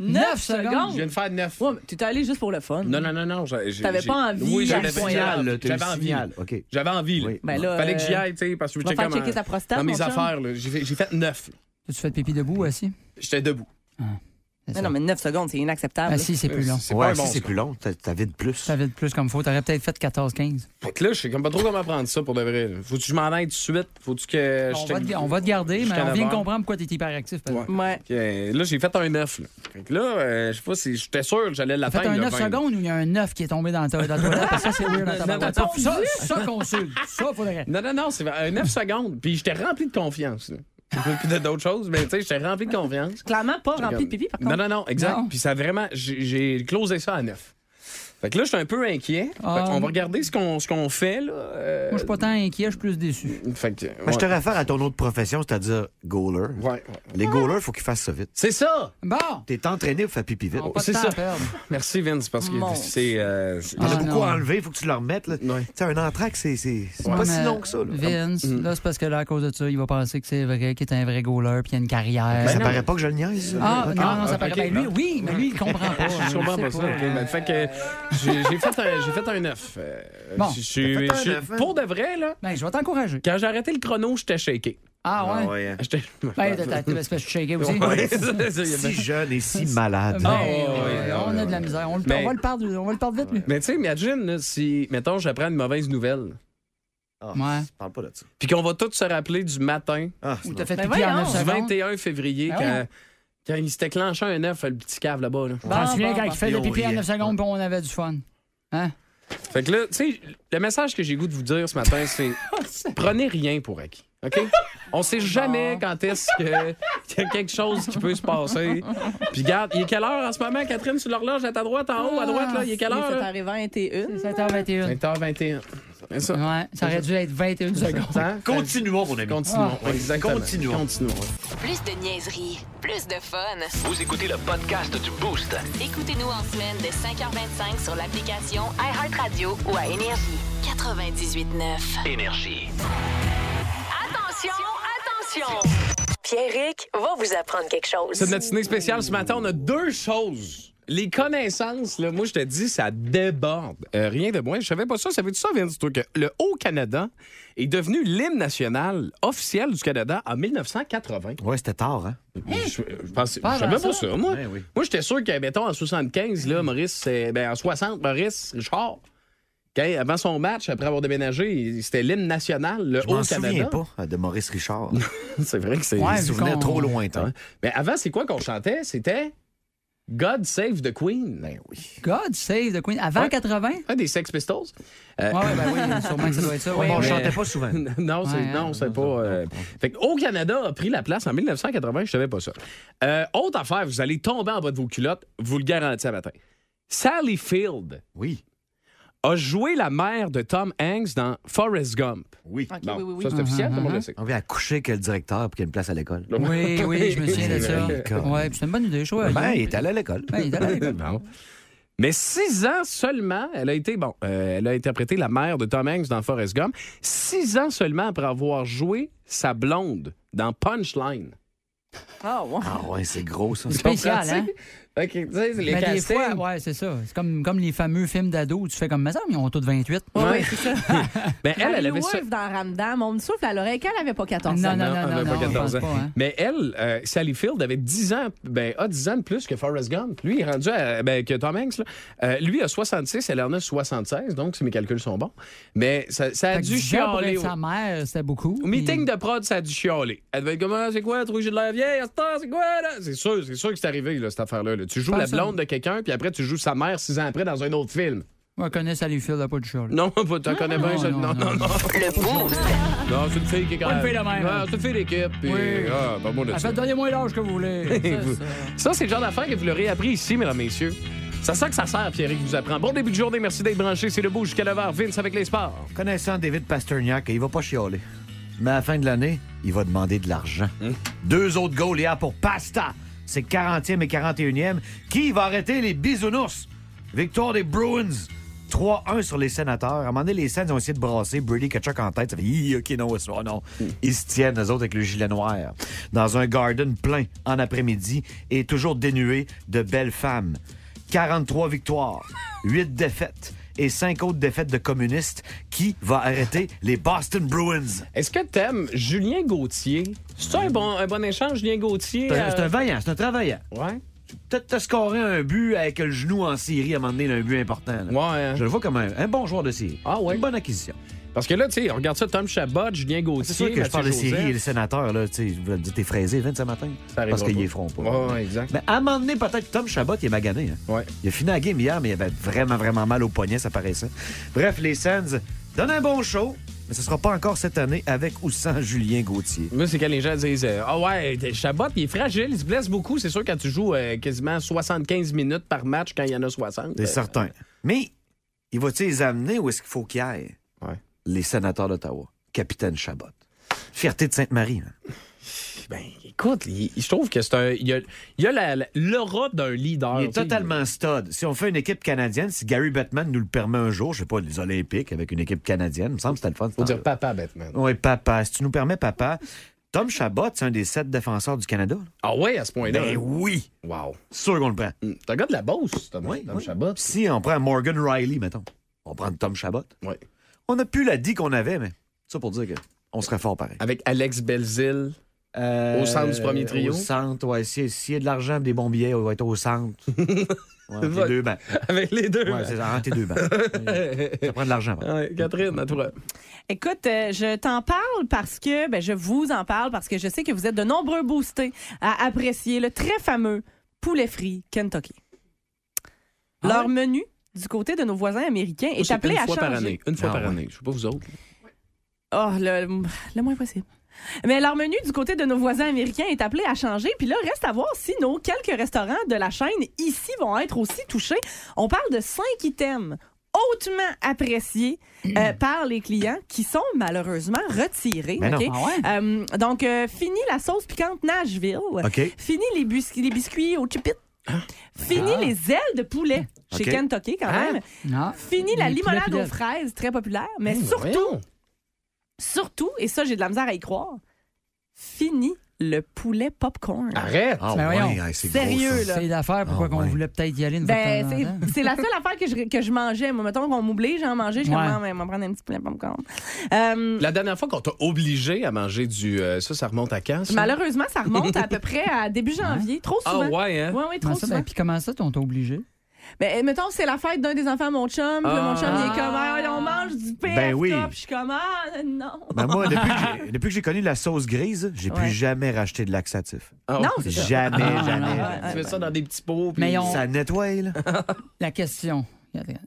Speaker 4: 9
Speaker 3: Je
Speaker 4: secondes!
Speaker 3: viens de faire 9.
Speaker 6: Ouais, mais tu t'es allé juste pour le fun.
Speaker 3: Non, non, non, non. j'ai- j'ai-
Speaker 6: T'avais
Speaker 3: j'ai-
Speaker 6: pas envie
Speaker 3: Oui,
Speaker 6: à
Speaker 3: j'avais
Speaker 6: ce point-là.
Speaker 3: j'avais
Speaker 5: Signal,
Speaker 3: envie.
Speaker 5: t'as eu
Speaker 3: J'avais envie.
Speaker 5: signal. OK.
Speaker 3: J'avais envie. là.
Speaker 5: Oui.
Speaker 6: Ben là,
Speaker 3: Fallait que j'y
Speaker 6: euh,
Speaker 3: aille, tu sais, parce que
Speaker 6: tu vas
Speaker 3: j'étais
Speaker 6: faire
Speaker 3: comme
Speaker 6: checker
Speaker 3: en-
Speaker 6: ta prostate,
Speaker 3: dans
Speaker 6: mon
Speaker 3: mes
Speaker 6: chum.
Speaker 3: affaires. là. J'ai fait- j'ai fait 9.
Speaker 4: Tu fais de pipi debout aussi?
Speaker 3: J'étais debout.
Speaker 6: Mais non, mais 9 secondes, c'est inacceptable.
Speaker 4: Ah si,
Speaker 8: euh,
Speaker 4: c'est plus long.
Speaker 3: C'est pas
Speaker 5: ouais,
Speaker 3: un bon
Speaker 5: si c'est
Speaker 3: score.
Speaker 5: plus long, t'as t'as vite plus.
Speaker 4: Ça vite plus comme faut. T'aurais peut-être fait 14-15.
Speaker 3: Fait que là, je sais comme pas trop comment prendre ça pour de vrai. là. Faut-tu que je m'en aille tout de suite? Faut-tu que
Speaker 4: On
Speaker 3: je
Speaker 4: va, te, on va te garder, mais
Speaker 3: Jusqu'à
Speaker 4: on vient de
Speaker 3: neuf heures.
Speaker 4: comprendre pourquoi t'es hyperactif. peut-être.
Speaker 3: Ouais.
Speaker 6: Ouais.
Speaker 3: Ok, Là, j'ai fait un 9. Là. Fait que là, euh, je sais pas si j'étais sûr que j'allais
Speaker 4: Faites
Speaker 3: l'atteindre.
Speaker 4: un
Speaker 3: le
Speaker 4: 9
Speaker 3: 20.
Speaker 4: secondes où il y a un 9 qui est tombé dans ta, dans la toilette. parce que ça, c'est weird dans ta
Speaker 3: Non,
Speaker 4: boîte.
Speaker 3: non, non.
Speaker 4: Ça, ça consulte. Ça, faudrait.
Speaker 3: Non, non, non, c'est vrai, un 9 secondes. Puis j'étais rempli de confiance. là. Puis de- d'autres choses, mais tu sais, j'étais rempli de confiance.
Speaker 6: Clairement pas rempli de pipi, par
Speaker 3: Non,
Speaker 6: contre.
Speaker 3: non, non, exact.
Speaker 4: Non.
Speaker 3: Puis ça a vraiment. J'ai j'ai closé ça à 9. Fait que là, je suis un peu inquiet.
Speaker 4: Ah.
Speaker 3: on va regarder ce qu'on ce qu'on fait, là. euh,
Speaker 4: Moi, je suis pas tant inquiet, je suis plus déçu.
Speaker 3: Fait que. ouais.
Speaker 5: Ben, je te réfère à ton autre profession, c'est-à-dire goaler.
Speaker 3: Ouais, ouais.
Speaker 5: Les goalers, faut qu'ils fassent ça vite.
Speaker 3: C'est ça!
Speaker 4: Bon!
Speaker 5: T'es entraîné pour faire pipi vite.
Speaker 4: On a pas
Speaker 3: c'est
Speaker 4: de temps
Speaker 3: ça.
Speaker 4: à perdre.
Speaker 3: Merci, Vince, parce que
Speaker 6: Mon
Speaker 3: c'est. euh, c'est-
Speaker 5: Il y en
Speaker 4: Ah,
Speaker 5: a beaucoup
Speaker 4: non.
Speaker 5: à enlever, faut que tu le remettes. là.
Speaker 3: Ouais.
Speaker 5: Tu sais, un entraque, c'est c'est- c'est
Speaker 4: Ouais,
Speaker 5: pas
Speaker 4: mais
Speaker 5: si long que ça. là.
Speaker 4: Vince, là, c'est parce que là, à cause de ça, il va penser que c'est vrai, qu'il est un vrai goaler, puis il a une carrière.
Speaker 5: Ça
Speaker 3: non.
Speaker 5: paraît pas que je le niaise. ça.
Speaker 4: Ben Ah,
Speaker 5: Ok.
Speaker 4: non, non, ça
Speaker 3: ok,
Speaker 4: paraît. Ben, lui, oui, mais lui, il comprend pas.
Speaker 3: Je comprends pas ça. ok, ben, fait que J'ai j'ai fait, un- j'ai fait un 9. Euh,
Speaker 4: Bon.
Speaker 3: je suis-
Speaker 4: T'as fait un
Speaker 3: je suis-
Speaker 4: neuf, hein?
Speaker 3: Pour de vrai, là.
Speaker 4: Ben, je vais t'encourager.
Speaker 3: Quand j'ai arrêté le chrono, j'étais shaké.
Speaker 4: Ah ouais?
Speaker 3: J'étais-
Speaker 4: Ben, t'as- t'as- t'as- t'as shaké aussi.
Speaker 3: Ouais, c'est ça, il y a bien-
Speaker 5: Si jeune et si malade.
Speaker 4: Ben, ouais, on a de la misère. On, le-
Speaker 3: Mais-
Speaker 4: on va le perdre, on va le perdre vite, lui.
Speaker 3: Mais tu sais, imagine là, si, mettons, j'apprends une mauvaise nouvelle. Ah,
Speaker 4: Ouais.
Speaker 11: Parle pas de ça.
Speaker 3: Puis qu'on va tous se rappeler du matin.
Speaker 4: Où t'as fait Ben pipi en voyons. neuf
Speaker 3: Du
Speaker 4: secondes.
Speaker 3: 21 février,
Speaker 4: Ben
Speaker 3: quand,
Speaker 4: voyons.
Speaker 3: quand il s'était clenché un œuf, le petit cave là-bas. Là.
Speaker 4: T'en souviens quand il faisait pipi en 9
Speaker 3: neuf
Speaker 4: secondes, puis on avait du fun. Hein?
Speaker 3: Fait que là, tu sais, le message que j'ai goût de vous dire ce matin, c'est prenez rien pour acquis. OK? On sait jamais quand est-ce que- qu'il y a quelque chose qui peut se passer. Puis regarde, il est quelle heure en ce moment, Catherine, sur l'horloge à ta droite, en haut, à droite, là? Il est quelle
Speaker 4: Ah,
Speaker 3: heure? là?
Speaker 6: 7h21.
Speaker 4: 7h21.
Speaker 3: 7h21. C'est ça.
Speaker 4: Ouais, ça aurait dû être 21 secondes.
Speaker 3: Continuons, mon ami. Continuons.
Speaker 4: Ah.
Speaker 3: Exactement. Continuons.
Speaker 1: Plus de niaiserie, plus de fun.
Speaker 2: Vous écoutez le podcast du Boost.
Speaker 1: Écoutez-nous en semaine de 5h25 sur l'application iHeartRadio ou à Énergie. 98.9.
Speaker 2: Énergie.
Speaker 1: Attention, attention! Pierrick va vous apprendre quelque chose.
Speaker 3: Cette matinée spéciale ce matin, on a deux choses. Les connaissances, là, moi, je te dis, ça déborde. Euh, rien de moins. Je savais pas ça. Ça veut dire ça, Vince, toi, que le Haut-Canada est devenu l'hymne national officiel du Canada en 1980.
Speaker 5: Ouais, c'était tard, hein?
Speaker 3: Je, je pensais-
Speaker 5: Pas
Speaker 3: je savais
Speaker 5: avant
Speaker 3: pas
Speaker 5: ça.
Speaker 3: ça, moi.
Speaker 5: Ouais, oui.
Speaker 3: Moi, j'étais sûr que, mettons, en 75, là, Maurice, c'est- ben, en 60, Maurice Richard, quand- avant son match, après avoir déménagé, il- c'était l'hymne national, le
Speaker 5: Je m'en souviens
Speaker 3: Haut-Canada.
Speaker 5: pas euh, de Maurice Richard.
Speaker 3: c'est vrai que c'est
Speaker 5: un
Speaker 3: Ouais, vu
Speaker 5: souvenir
Speaker 3: qu'on-
Speaker 5: trop lointain.
Speaker 3: hein. Mais avant, c'est quoi qu'on chantait? C'était God Save the Queen. Ben oui.
Speaker 4: God save the Queen. Avant
Speaker 3: Ouais.
Speaker 4: 80?
Speaker 3: Un des Sex Pistols. Euh,
Speaker 4: Ouais, ouais, ben oui, sûrement que ça doit être ça.
Speaker 3: Ouais, mais-
Speaker 4: ouais, ouais.
Speaker 3: non, c'est,
Speaker 4: Ouais,
Speaker 3: non, c'est pas. euh, Fait que, au Canada a pris la place en 1980, je savais pas ça. Euh, autre affaire, vous allez tomber en bas de vos culottes, vous le garantis à matin. Sally Field.
Speaker 5: Oui.
Speaker 3: A joué la mère de Tom Hanks dans Forrest Gump. Oui. Mm-hmm,
Speaker 5: Bon,
Speaker 3: Ça, c'est officiel, tout le monde le sait.
Speaker 5: On vient à coucher que le directeur pour qu'il y ait une place à l'école.
Speaker 4: Oui, oui, je me souviens de ça. Ouais, puis c'est une bonne idée, je crois.
Speaker 5: Ben, il est allé à l'école.
Speaker 4: Ben, il est allé à l'école.
Speaker 3: Bon. Mais six ans seulement, elle a été, bon, euh, elle a interprété la mère de Tom Hanks dans Forrest Gump. Six ans seulement après avoir joué sa blonde dans Punchline.
Speaker 6: Ah, ouais.
Speaker 5: Ah ouais, c'est gros ça.
Speaker 4: Spécial, hein?
Speaker 3: Fait que, tu sais, les
Speaker 4: Mais des
Speaker 3: castings-
Speaker 4: fois, ouais, c'est ça. C'est comme, comme les fameux films d'ados où tu fais comme mais ça, mais ils ont tous 28.
Speaker 3: Ouais, ouais, c'est
Speaker 6: ça.
Speaker 3: Ben, elle, elle
Speaker 6: Rally
Speaker 3: avait ça.
Speaker 6: Wolf dans Ramdam, on me souffle à l'oreille qu'elle avait pas 14 ans.
Speaker 3: elle avait ah, ben, pas 14 ans. Mais elle, euh, Sally Field, avait 10 ans, ben, a 10 ans de plus que Forrest Gump. Lui, il est rendu à, ben, que Tom Hanks. là. Euh, lui a 66, elle en a 76, donc si mes calculs sont bons. Mais ça, ça a
Speaker 4: Fait que
Speaker 3: dû
Speaker 4: du genre pour
Speaker 3: chialer.
Speaker 4: être
Speaker 3: au-
Speaker 4: sa mère, c'était beaucoup.
Speaker 3: Au meeting de prod, ça a dû chialer. Elle devait être comme, Ah, c'est quoi, trouver de la vieille, à cette heure, c'est quoi, là? C'est sûr, c'est sûr que c'est arrivé, là, cette affaire-là. là. Tu joues
Speaker 4: Pas
Speaker 3: la
Speaker 4: ça.
Speaker 3: blonde de quelqu'un, puis après, tu joues sa mère six ans après dans un autre film.
Speaker 4: Ouais, connaît Sally Field, elle a pas du genre.
Speaker 3: Non, pas- t'en connais bien, ça. Non, non, non.
Speaker 1: Le boost.
Speaker 3: Non, c'est une fille qui est quand
Speaker 4: Pas une
Speaker 3: même.
Speaker 4: fille de même,
Speaker 3: Ouais,
Speaker 4: hein.
Speaker 3: c'est une fille d'équipe. puis-
Speaker 4: Oui.
Speaker 3: Ah, pas moi de
Speaker 4: Elle
Speaker 3: ça.
Speaker 4: fait donnez-moi l'âge que vous voulez.
Speaker 3: Vous- Ça, c'est le genre d'affaire que vous l'aurez appris ici, mesdames, messieurs. Ça sent que ça sert, Pierre, vous apprend. Bon début de journée, merci d'être branché. C'est le beau jusqu'à 9h. Vince avec les sports.
Speaker 5: Connaissant David Pasternak, il va pas chialer. Mais à la fin de l'année, il va demander de l'argent. Deux autres goals hier pour Pasta. C'est 40e et 41e. Qui va arrêter les bisounours? Victoire des Bruins. 3-1 sur les sénateurs. À un moment donné, les Sens ont essayé de brasser Brady Kachuk en tête. Ça fait Hi, OK, non, ce soir, non. Ils se tiennent, eux autres, avec le gilet noir. Dans un garden plein en après-midi et toujours dénué de belles femmes. 43 victoires, 8 défaites et 5 autres défaites de communistes. Qui va arrêter les Boston Bruins?
Speaker 3: Est-ce que t'aimes Julien Gauthier? C'est un bon, un bon échange, Julien Gauthier?
Speaker 5: C'est un,
Speaker 3: euh,
Speaker 5: c'est un vaillant, c'est un travaillant.
Speaker 3: Ouais.
Speaker 5: Peut-être t'as scoré un but avec le genou en Syrie à un moment donné, un but important. là. Je le vois comme un, un bon joueur de Syrie.
Speaker 3: hein. Ah ouais.
Speaker 5: Une bonne acquisition.
Speaker 3: Parce que là, tu sais, on regarde ça, Tom Chabot, Julien Gauthier.
Speaker 5: Ah, C'est sûr que je
Speaker 3: Mathieu
Speaker 5: parle de Syrie
Speaker 3: Joseph.
Speaker 5: et les sénateurs, là, tu sais, je voulais te dire, t'es fraisé, Vince, ce matin.
Speaker 3: arrivera
Speaker 5: Parce qu'ils
Speaker 3: pas.
Speaker 5: les feront pas.
Speaker 3: Ouais, ouais, exact.
Speaker 5: Mais à un moment donné, peut-être Tom Chabot, il est magané. hein. Il a fini la game hier, mais il avait vraiment, vraiment mal au poignet, ça paraissait. Bref, les Sens donnent un bon show, mais ce sera pas encore cette année avec ou sans Julien Gauthier.
Speaker 3: Moi, c'est quand les gens disent euh, Ah ouais, Chabot, il est fragile, il se blesse beaucoup. C'est sûr, quand tu joues euh, quasiment 75 minutes par match, quand il y en a 60.
Speaker 5: C'est
Speaker 3: euh,
Speaker 5: certain. Mais il va-tu les amener où est-ce qu'il faut qu'ils aillent? Les sénateurs d'Ottawa. Capitaine Chabot. Fierté de Sainte-Marie. hein.
Speaker 3: ben, Écoute, il- il- je trouve que c'est un. Il y a, il y a la- la- l'aura d'un leader.
Speaker 5: Il est
Speaker 3: tu sais.
Speaker 5: totalement stud. Si on fait une équipe canadienne, si Gary Bettman nous le permet un jour, je sais pas, les Olympiques avec une équipe canadienne, il me semble que c'était le fun.
Speaker 3: Faut dire papa, bêtement.
Speaker 5: Oui, papa. Si tu nous permets, papa, Tom Chabot, c'est un des sept défenseurs du Canada.
Speaker 3: Ah ouais, à ce point-là.
Speaker 5: Ben oui.
Speaker 3: Wow.
Speaker 5: Sûr qu'on le prend.
Speaker 3: Mm. T'as gars de la bosse, Tom, Tom Chabot.
Speaker 5: Si on prend Morgan Riley, mettons. On prend Tom Chabot.
Speaker 3: Oui.
Speaker 5: On n'a plus la dit qu'on avait, mais ça pour dire que on serait fort pareil.
Speaker 3: Avec Alex Belzil. Au centre du premier trio.
Speaker 5: Euh, Au centre, ouais. S'il si y a de l'argent et des bons billets, on va être au centre. Ouais, entre les deux bancs.
Speaker 3: Avec les deux.
Speaker 5: Ouais, c'est ça, entre les deux bancs. Ça prend de l'argent. par contre.
Speaker 3: Ouais, Catherine, à toi.
Speaker 6: Écoute, euh, je t'en parle parce que, ben, je vous en parle parce que je sais que vous êtes de nombreux boostés à apprécier le très fameux poulet frit Kentucky.
Speaker 3: Ah
Speaker 6: Leur menu du côté de nos voisins américains est
Speaker 3: C'est
Speaker 6: appelé
Speaker 3: une
Speaker 6: à
Speaker 3: fois par
Speaker 6: changer.
Speaker 3: année. Une fois
Speaker 5: Ah
Speaker 3: par
Speaker 5: ouais.
Speaker 3: année. Je sais pas vous autres.
Speaker 6: Oh, le, le moins possible. Mais leur menu du côté de nos voisins américains est appelé à changer. Puis là, reste à voir si nos quelques restaurants de la chaîne ici vont être aussi touchés. On parle de cinq items hautement appréciés
Speaker 5: Mm.
Speaker 6: euh, par les clients qui sont malheureusement retirés.
Speaker 5: Mais Ben non.
Speaker 6: OK?
Speaker 4: Ah ouais?
Speaker 6: Euh, donc, euh, fini la sauce piquante Nashville.
Speaker 5: OK. Ah.
Speaker 6: Fini les, bus- les biscuits au chupit. Fini les ailes de poulet chez
Speaker 5: OK. Ah.
Speaker 6: Kentucky quand même.
Speaker 4: Non.
Speaker 6: Fini la
Speaker 4: Les
Speaker 6: limonade
Speaker 4: poulets
Speaker 6: aux fraises, très populaire. Mais
Speaker 5: Ben
Speaker 3: Hey,
Speaker 6: surtout,
Speaker 3: voyons.
Speaker 6: Surtout, et ça, j'ai de la misère à y croire, fini le poulet popcorn.
Speaker 3: Arrête!
Speaker 5: Ah
Speaker 4: Ben voyons.
Speaker 5: ouais, hey, c'est gros,
Speaker 6: Sérieux,
Speaker 5: ça.
Speaker 6: là.
Speaker 4: C'est l'affaire, pourquoi
Speaker 5: Ah
Speaker 4: qu'on
Speaker 5: ouais.
Speaker 4: voulait peut-être y aller une
Speaker 6: Ben,
Speaker 4: fois de temps en temps.
Speaker 6: c'est- c'est la seule affaire que je, que je mangeais. Moi, mettons qu'on m'oublie, j'en mangeais, je ah,
Speaker 4: Ouais.
Speaker 6: commence à m'en ben, prendre un petit poulet popcorn. Euh,
Speaker 3: La dernière fois qu'on t'a obligé à manger du. euh, ça, ça remonte à quand? ça?
Speaker 6: malheureusement, ça remonte à peu près à début janvier. Trop
Speaker 3: Ah
Speaker 6: souvent.
Speaker 3: ouais, hein?
Speaker 6: Ouais, ouais, trop
Speaker 4: Comment ça, ben,
Speaker 6: souvent.
Speaker 4: puis comment ça, t'on t'a obligé?
Speaker 6: Ben, mettons, c'est la fête d'un des enfants à mon chum. Puis là, mon chum, il est comme, Ah, on mange du PFK.
Speaker 5: Ben oui.
Speaker 6: Puis je suis comme, ah, non.
Speaker 5: Ben moi, depuis que j'ai- depuis que j'ai connu la sauce grise, j'ai
Speaker 6: Ouais.
Speaker 5: plus jamais racheté de laxatif.
Speaker 3: Ah,
Speaker 6: Non,
Speaker 3: oh,
Speaker 6: c'est ça.
Speaker 5: Jamais,
Speaker 4: Ah,
Speaker 5: jamais.
Speaker 6: non,
Speaker 3: Tu mets ça dans des petits pots. puis-
Speaker 4: Mais ils ont-
Speaker 5: Ça nettoie, là.
Speaker 4: La question,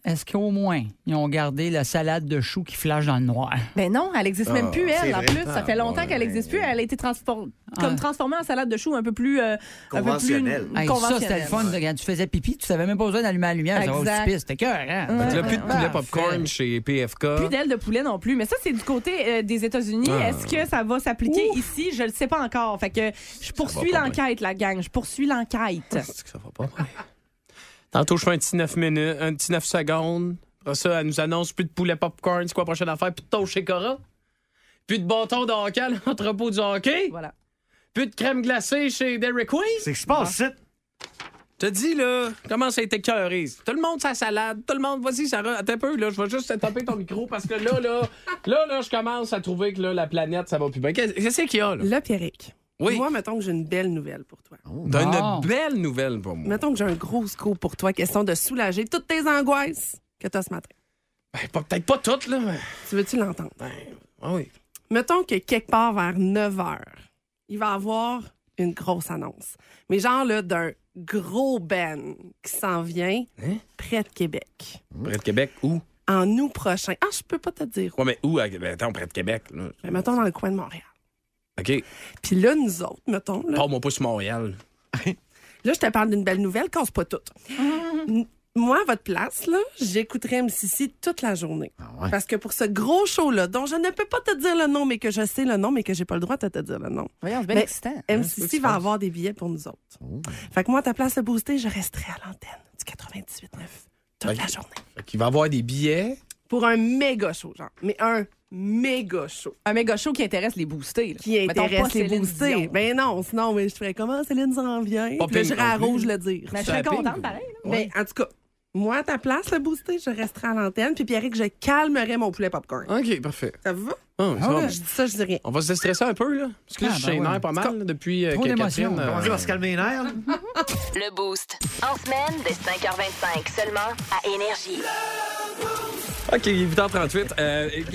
Speaker 4: est-ce qu'au moins, ils ont gardé la salade de choux qui flash dans le noir?
Speaker 6: Ben non, elle n'existe même
Speaker 3: Ah,
Speaker 6: plus,
Speaker 5: c'est
Speaker 6: elle, en
Speaker 5: vrai.
Speaker 6: plus. Ça fait longtemps
Speaker 5: ouais.
Speaker 6: qu'elle n'existe plus. Elle a été transfor-
Speaker 4: Ah.
Speaker 6: comme transformée en salade de choux un peu plus... euh, un peu plus
Speaker 5: Conventionnelle.
Speaker 4: Hey, ça,
Speaker 6: conventionnelle.
Speaker 4: c'était le fun. Quand tu faisais pipi, tu savais même pas besoin d'allumer la lumière. Ça va au
Speaker 6: Exact.
Speaker 4: hospice. C'était cœur, hein?
Speaker 3: Fait que là,
Speaker 6: Ouais,
Speaker 3: plus de poulet
Speaker 4: Parfait.
Speaker 3: popcorn chez
Speaker 6: Plus
Speaker 3: PFK.
Speaker 6: d'ailes de poulet non plus. Mais ça, c'est du côté euh, des États-Unis.
Speaker 3: Ah.
Speaker 6: Est-ce que ça va s'appliquer ici? Je ne le sais pas encore. Fait que je poursuis
Speaker 3: va pas
Speaker 6: l'enquête, la gang. Je poursuis l'enquête.
Speaker 3: C'est que ça va pas bien. Tantôt, je fais un petit 9 minutes, un petit 9 secondes. Après ça, elle nous annonce plus de poulet popcorn. C'est quoi la prochaine affaire? Plus de toast chez Cora? Plus de bâton de hockey à l'entrepôt du hockey?
Speaker 6: Voilà.
Speaker 3: Plus de crème glacée chez Derek Wings?
Speaker 5: C'est que je passe
Speaker 6: Ah.
Speaker 5: ici.
Speaker 3: T'as dit, là, comment ça a été cœuré. Tout le monde sa salade, tout le monde, vas-y, Sarah, attends un peu, là, je vais juste te taper ton micro parce que là, là, là, là, je commence à trouver que là, la planète, ça va plus bien. Qu'est- Qu'est-ce qu'il y a, là?
Speaker 12: Là, Pierrick,
Speaker 3: Oui, Oh.
Speaker 12: moi, mettons que j'ai une belle nouvelle pour toi.
Speaker 3: t'as
Speaker 4: Non.
Speaker 3: une belle nouvelle pour moi.
Speaker 12: Mettons que j'ai un gros scoop pour toi, question de soulager toutes tes angoisses que t'as ce matin.
Speaker 3: Ben, pas- Peut-être pas toutes, là, mais.
Speaker 12: Tu veux-tu l'entendre?
Speaker 3: Ah oui.
Speaker 12: Mettons que quelque part vers 9 heures, il va y avoir une grosse annonce. Mais genre, là, d'un gros ben qui s'en vient
Speaker 3: Hein?
Speaker 12: près de Québec.
Speaker 3: Mmh. Près de Québec, où?
Speaker 12: En août prochain. Ah, je peux pas te dire.
Speaker 3: Ouais, mais où? à- Ben, attends, près de Québec, là.
Speaker 12: Mais Ben, mettons dans le coin de Montréal.
Speaker 3: OK.
Speaker 12: Puis là, nous autres, mettons, là,
Speaker 3: Parle-moi pas sur Montréal.
Speaker 12: Là, je te parle d'une belle nouvelle, casse pas toutes. N- Moi, à votre place, là, j'écouterais MCC toute la journée. Parce que pour ce gros show-là, dont je ne peux pas te dire le nom, mais que je sais le nom, mais que j'ai pas le droit de te dire le nom,
Speaker 6: Voyons, je
Speaker 12: Mais-
Speaker 6: excitant.
Speaker 12: MCC va avoir des billets pour nous autres. Fait que moi, à ta place de booster, je resterai à l'antenne du 98.9 toute
Speaker 3: Ok.
Speaker 12: la journée.
Speaker 3: Fait qu'il va avoir des billets.
Speaker 12: Pour un méga show, genre. Mais un méga show
Speaker 6: Un méga show qui intéresse les boostés. là.
Speaker 12: qui
Speaker 6: Mettons pas
Speaker 12: intéresse les
Speaker 6: Céline
Speaker 12: boostés.
Speaker 6: Dion.
Speaker 12: Ben non, sinon, mais je ferais comment Céline s'en vient?
Speaker 3: Pas
Speaker 12: Puis là, je
Speaker 3: pire
Speaker 12: serais à
Speaker 3: non plus.
Speaker 12: rouge le dire.
Speaker 6: Mais je serais
Speaker 3: Shopping,
Speaker 6: contente,
Speaker 3: ou-
Speaker 6: pareil. là.
Speaker 12: Ben, en tout cas, moi, à ta place, le boosté, je resterai à l'antenne. Puis, Pierrick, je calmerai mon poulet popcorn.
Speaker 3: OK, parfait.
Speaker 12: Ça vous va?
Speaker 3: Ah, ça va.
Speaker 12: Je dis ça, je dis rien.
Speaker 3: On va se déstresser un peu, là. Parce que là,
Speaker 4: Ah,
Speaker 3: je suis
Speaker 4: ben
Speaker 3: chez
Speaker 4: ouais.
Speaker 3: Nair pas mal là, depuis euh,
Speaker 4: Trop
Speaker 3: que
Speaker 4: d'émotions. ben
Speaker 3: Catherine, euh,
Speaker 5: On dit, on va se calmer les nerfs. là.
Speaker 1: Le Boost. En semaine, dès 5h25, seulement à Énergie.
Speaker 3: OK, 8h38. Euh, il-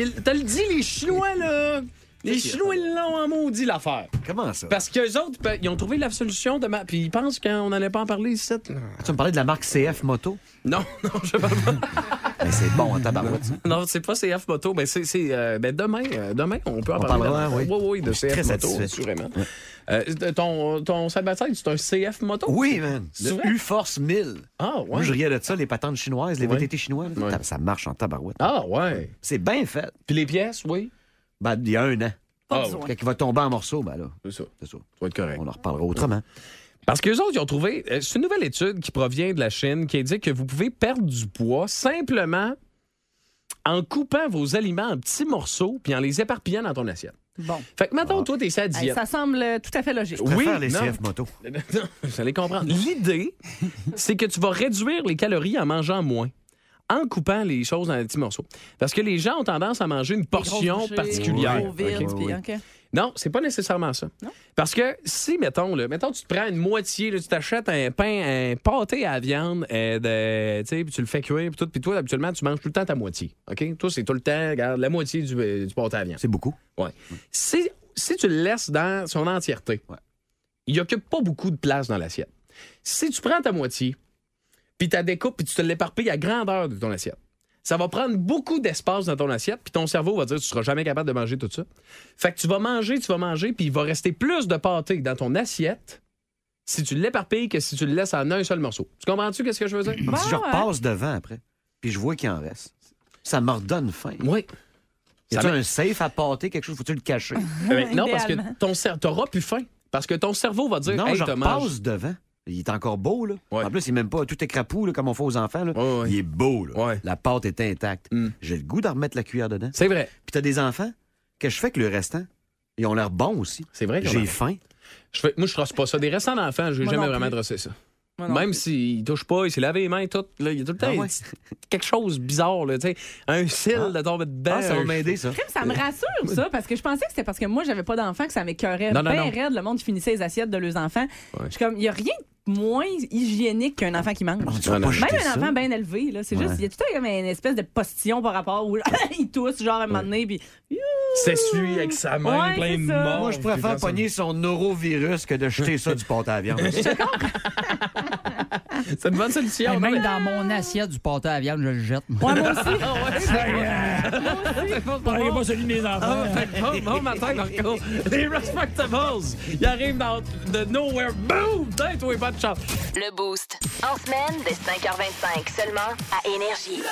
Speaker 3: il- T'as le dit, les Chinois, là. Les Chinois, ils l'ont en maudit, l'affaire.
Speaker 5: Comment ça?
Speaker 3: Parce qu'eux autres, ben, ils ont trouvé la solution de ma... Puis ils pensent qu'on n'allait pas en parler ici. là.
Speaker 5: Tu me parlais de la marque CF Moto?
Speaker 3: Non, non, je parle pas.
Speaker 5: Mais c'est bon en tabarouette. ça.
Speaker 3: Non, c'est pas CF Moto. Ben, c'est, c'est, euh, ben, demain, euh, demain, on peut en
Speaker 5: On
Speaker 3: parler.
Speaker 5: parlera, oui.
Speaker 3: Oui, oui, de
Speaker 5: Je suis
Speaker 3: CF
Speaker 5: très
Speaker 3: Moto,
Speaker 5: satisfait.
Speaker 3: assurément. Euh, de- ton ton sac bataille, c'est un CF Moto?
Speaker 5: Oui, man.
Speaker 3: C'est vrai?
Speaker 5: Le U-Force 1000.
Speaker 3: Ah, ouais.
Speaker 5: Moi, je riais de ça, les patentes chinoises, les
Speaker 3: Ouais.
Speaker 5: VTT chinois. là.
Speaker 3: Ouais.
Speaker 5: Tab- Ça marche en tabarouette.
Speaker 3: Ah, ouais.
Speaker 5: C'est bien fait.
Speaker 3: Puis les pièces, oui.
Speaker 5: Ben, il y a un an.
Speaker 3: Pas ah, Ben.
Speaker 5: Quand il va tomber en morceaux, ben là,
Speaker 3: ouais, C'est ça.
Speaker 5: c'est ça.
Speaker 3: Ça va être correct.
Speaker 5: On en reparlera autrement.
Speaker 3: Parce qu'eux autres, ils ont trouvé. euh, C'est une nouvelle étude qui provient de la Chine qui indique que vous pouvez perdre du poids simplement en coupant vos aliments en petits morceaux puis en les éparpillant dans ton assiette.
Speaker 6: Bon.
Speaker 3: Fait que
Speaker 5: Ah.
Speaker 3: maintenant, toi, t'es sa
Speaker 6: Hey,
Speaker 3: diète.
Speaker 6: ça semble euh, tout à fait logique.
Speaker 3: non. Non, vous allez comprendre. L'idée, c'est que tu vas réduire les calories en mangeant moins, en coupant les choses en petits morceaux. Parce que les gens ont tendance à manger une portion particulière. OK? Non, c'est pas nécessairement ça. Parce que si, mettons, là, mettons, tu te prends une moitié, là, tu t'achètes un pain, un pâté à la viande, euh, de- tu sais, puis tu le fais cuire, puis tout, puis toi, habituellement, tu manges tout le temps ta moitié. OK? Toi, c'est tout le temps, regarde, la moitié du, euh, du pâté à la viande. C'est
Speaker 5: beaucoup.
Speaker 3: Oui. Si, si tu le laisses dans son entièreté, il n'occupe pas beaucoup de place dans l'assiette. Si tu prends ta moitié, puis tu la découpes, puis tu te l'éparpilles à grandeur de ton assiette, ça va prendre beaucoup d'espace dans ton assiette, puis ton cerveau va dire tu seras jamais capable de manger tout ça. Fait que tu vas manger, tu vas manger, puis il va rester plus de pâté dans ton assiette si tu l'éparpilles que si tu le laisses en un seul morceau. Tu comprends-tu qu'est-ce que je veux dire?
Speaker 5: si je repasse devant après, puis je vois qu'il en reste, ça me redonne faim.
Speaker 3: Oui.
Speaker 5: Y a
Speaker 3: Ça met-
Speaker 5: un safe à pâter, quelque chose, faut-tu le cacher?
Speaker 3: Euh, non, parce que ton cerveau, t'auras plus faim. Parce que ton cerveau va dire,
Speaker 5: Non,
Speaker 3: hey,
Speaker 5: je
Speaker 3: Thomas,
Speaker 5: repasse devant. Il est encore beau, là. En plus, il n'est même pas tout écrapou, là, comme on fait aux enfants. là. Il est beau, là. La pâte est intacte.
Speaker 3: Mm.
Speaker 5: J'ai le goût d'en remettre la cuillère dedans.
Speaker 3: C'est vrai.
Speaker 5: Puis t'as des enfants que je fais que le restant, ils ont l'air bons aussi.
Speaker 3: C'est vrai.
Speaker 5: J'ai faim.
Speaker 3: Je fais- moi, je trosse pas ça. Des restants d'enfants, j'ai
Speaker 5: Moi
Speaker 3: jamais
Speaker 5: non
Speaker 3: vraiment
Speaker 5: plus.
Speaker 3: trossé ça.
Speaker 5: Moi non
Speaker 3: Même s'il touche pas, il s'est lavé les mains, tout. là, il y a tout le temps
Speaker 5: Ah ouais.
Speaker 3: quelque chose de bizarre. Là, tu sais. un cil de tomber dedans.
Speaker 5: Ah, ça va
Speaker 3: un-
Speaker 5: m'aider, ça.
Speaker 6: Crime,
Speaker 3: Euh.
Speaker 6: ça me rassure, ça, parce que je pensais que c'était parce que moi, j'avais pas d'enfants que ça m'écœurait.
Speaker 3: Non, non,
Speaker 6: Ben
Speaker 3: non.
Speaker 6: raide, le monde finissait les assiettes de leurs enfants. Je suis comme, il y a rien de moins hygiénique qu'un enfant qui mange.
Speaker 3: tu vas pas
Speaker 6: Même
Speaker 3: jeter
Speaker 6: un
Speaker 3: ça.
Speaker 6: enfant ben, bien élevé, là, c'est
Speaker 3: Ouais.
Speaker 6: juste, il y a tout le temps comme une espèce de postillon par rapport où il tousse, genre, à un moment donné, puis...
Speaker 3: S'essuie avec sa main,
Speaker 6: Ouais,
Speaker 3: plein
Speaker 6: c'est
Speaker 3: de
Speaker 6: ça.
Speaker 3: morts.
Speaker 5: Moi, je
Speaker 3: puis prend
Speaker 5: préfère
Speaker 3: son-
Speaker 5: pogner son neurovirus que de jeter ça du pâte à la viande.
Speaker 3: C'est une bonne solution.
Speaker 12: Oh,
Speaker 4: Et
Speaker 3: non,
Speaker 4: même
Speaker 3: mais-
Speaker 4: dans mon assiette du pâté à viande, je le jette.
Speaker 3: Ouais, moi aussi. Ah, ouais, c'est vrai.
Speaker 13: Parlez pas celui de mes enfants.
Speaker 3: Ah, fait que bon, bon matin, Marco. Les Respectables, ils arrivent dans, de nowhere. Boom! T'es toi, pas de chance.
Speaker 1: Le Boost. En semaine, dès 5h25, seulement à Énergie.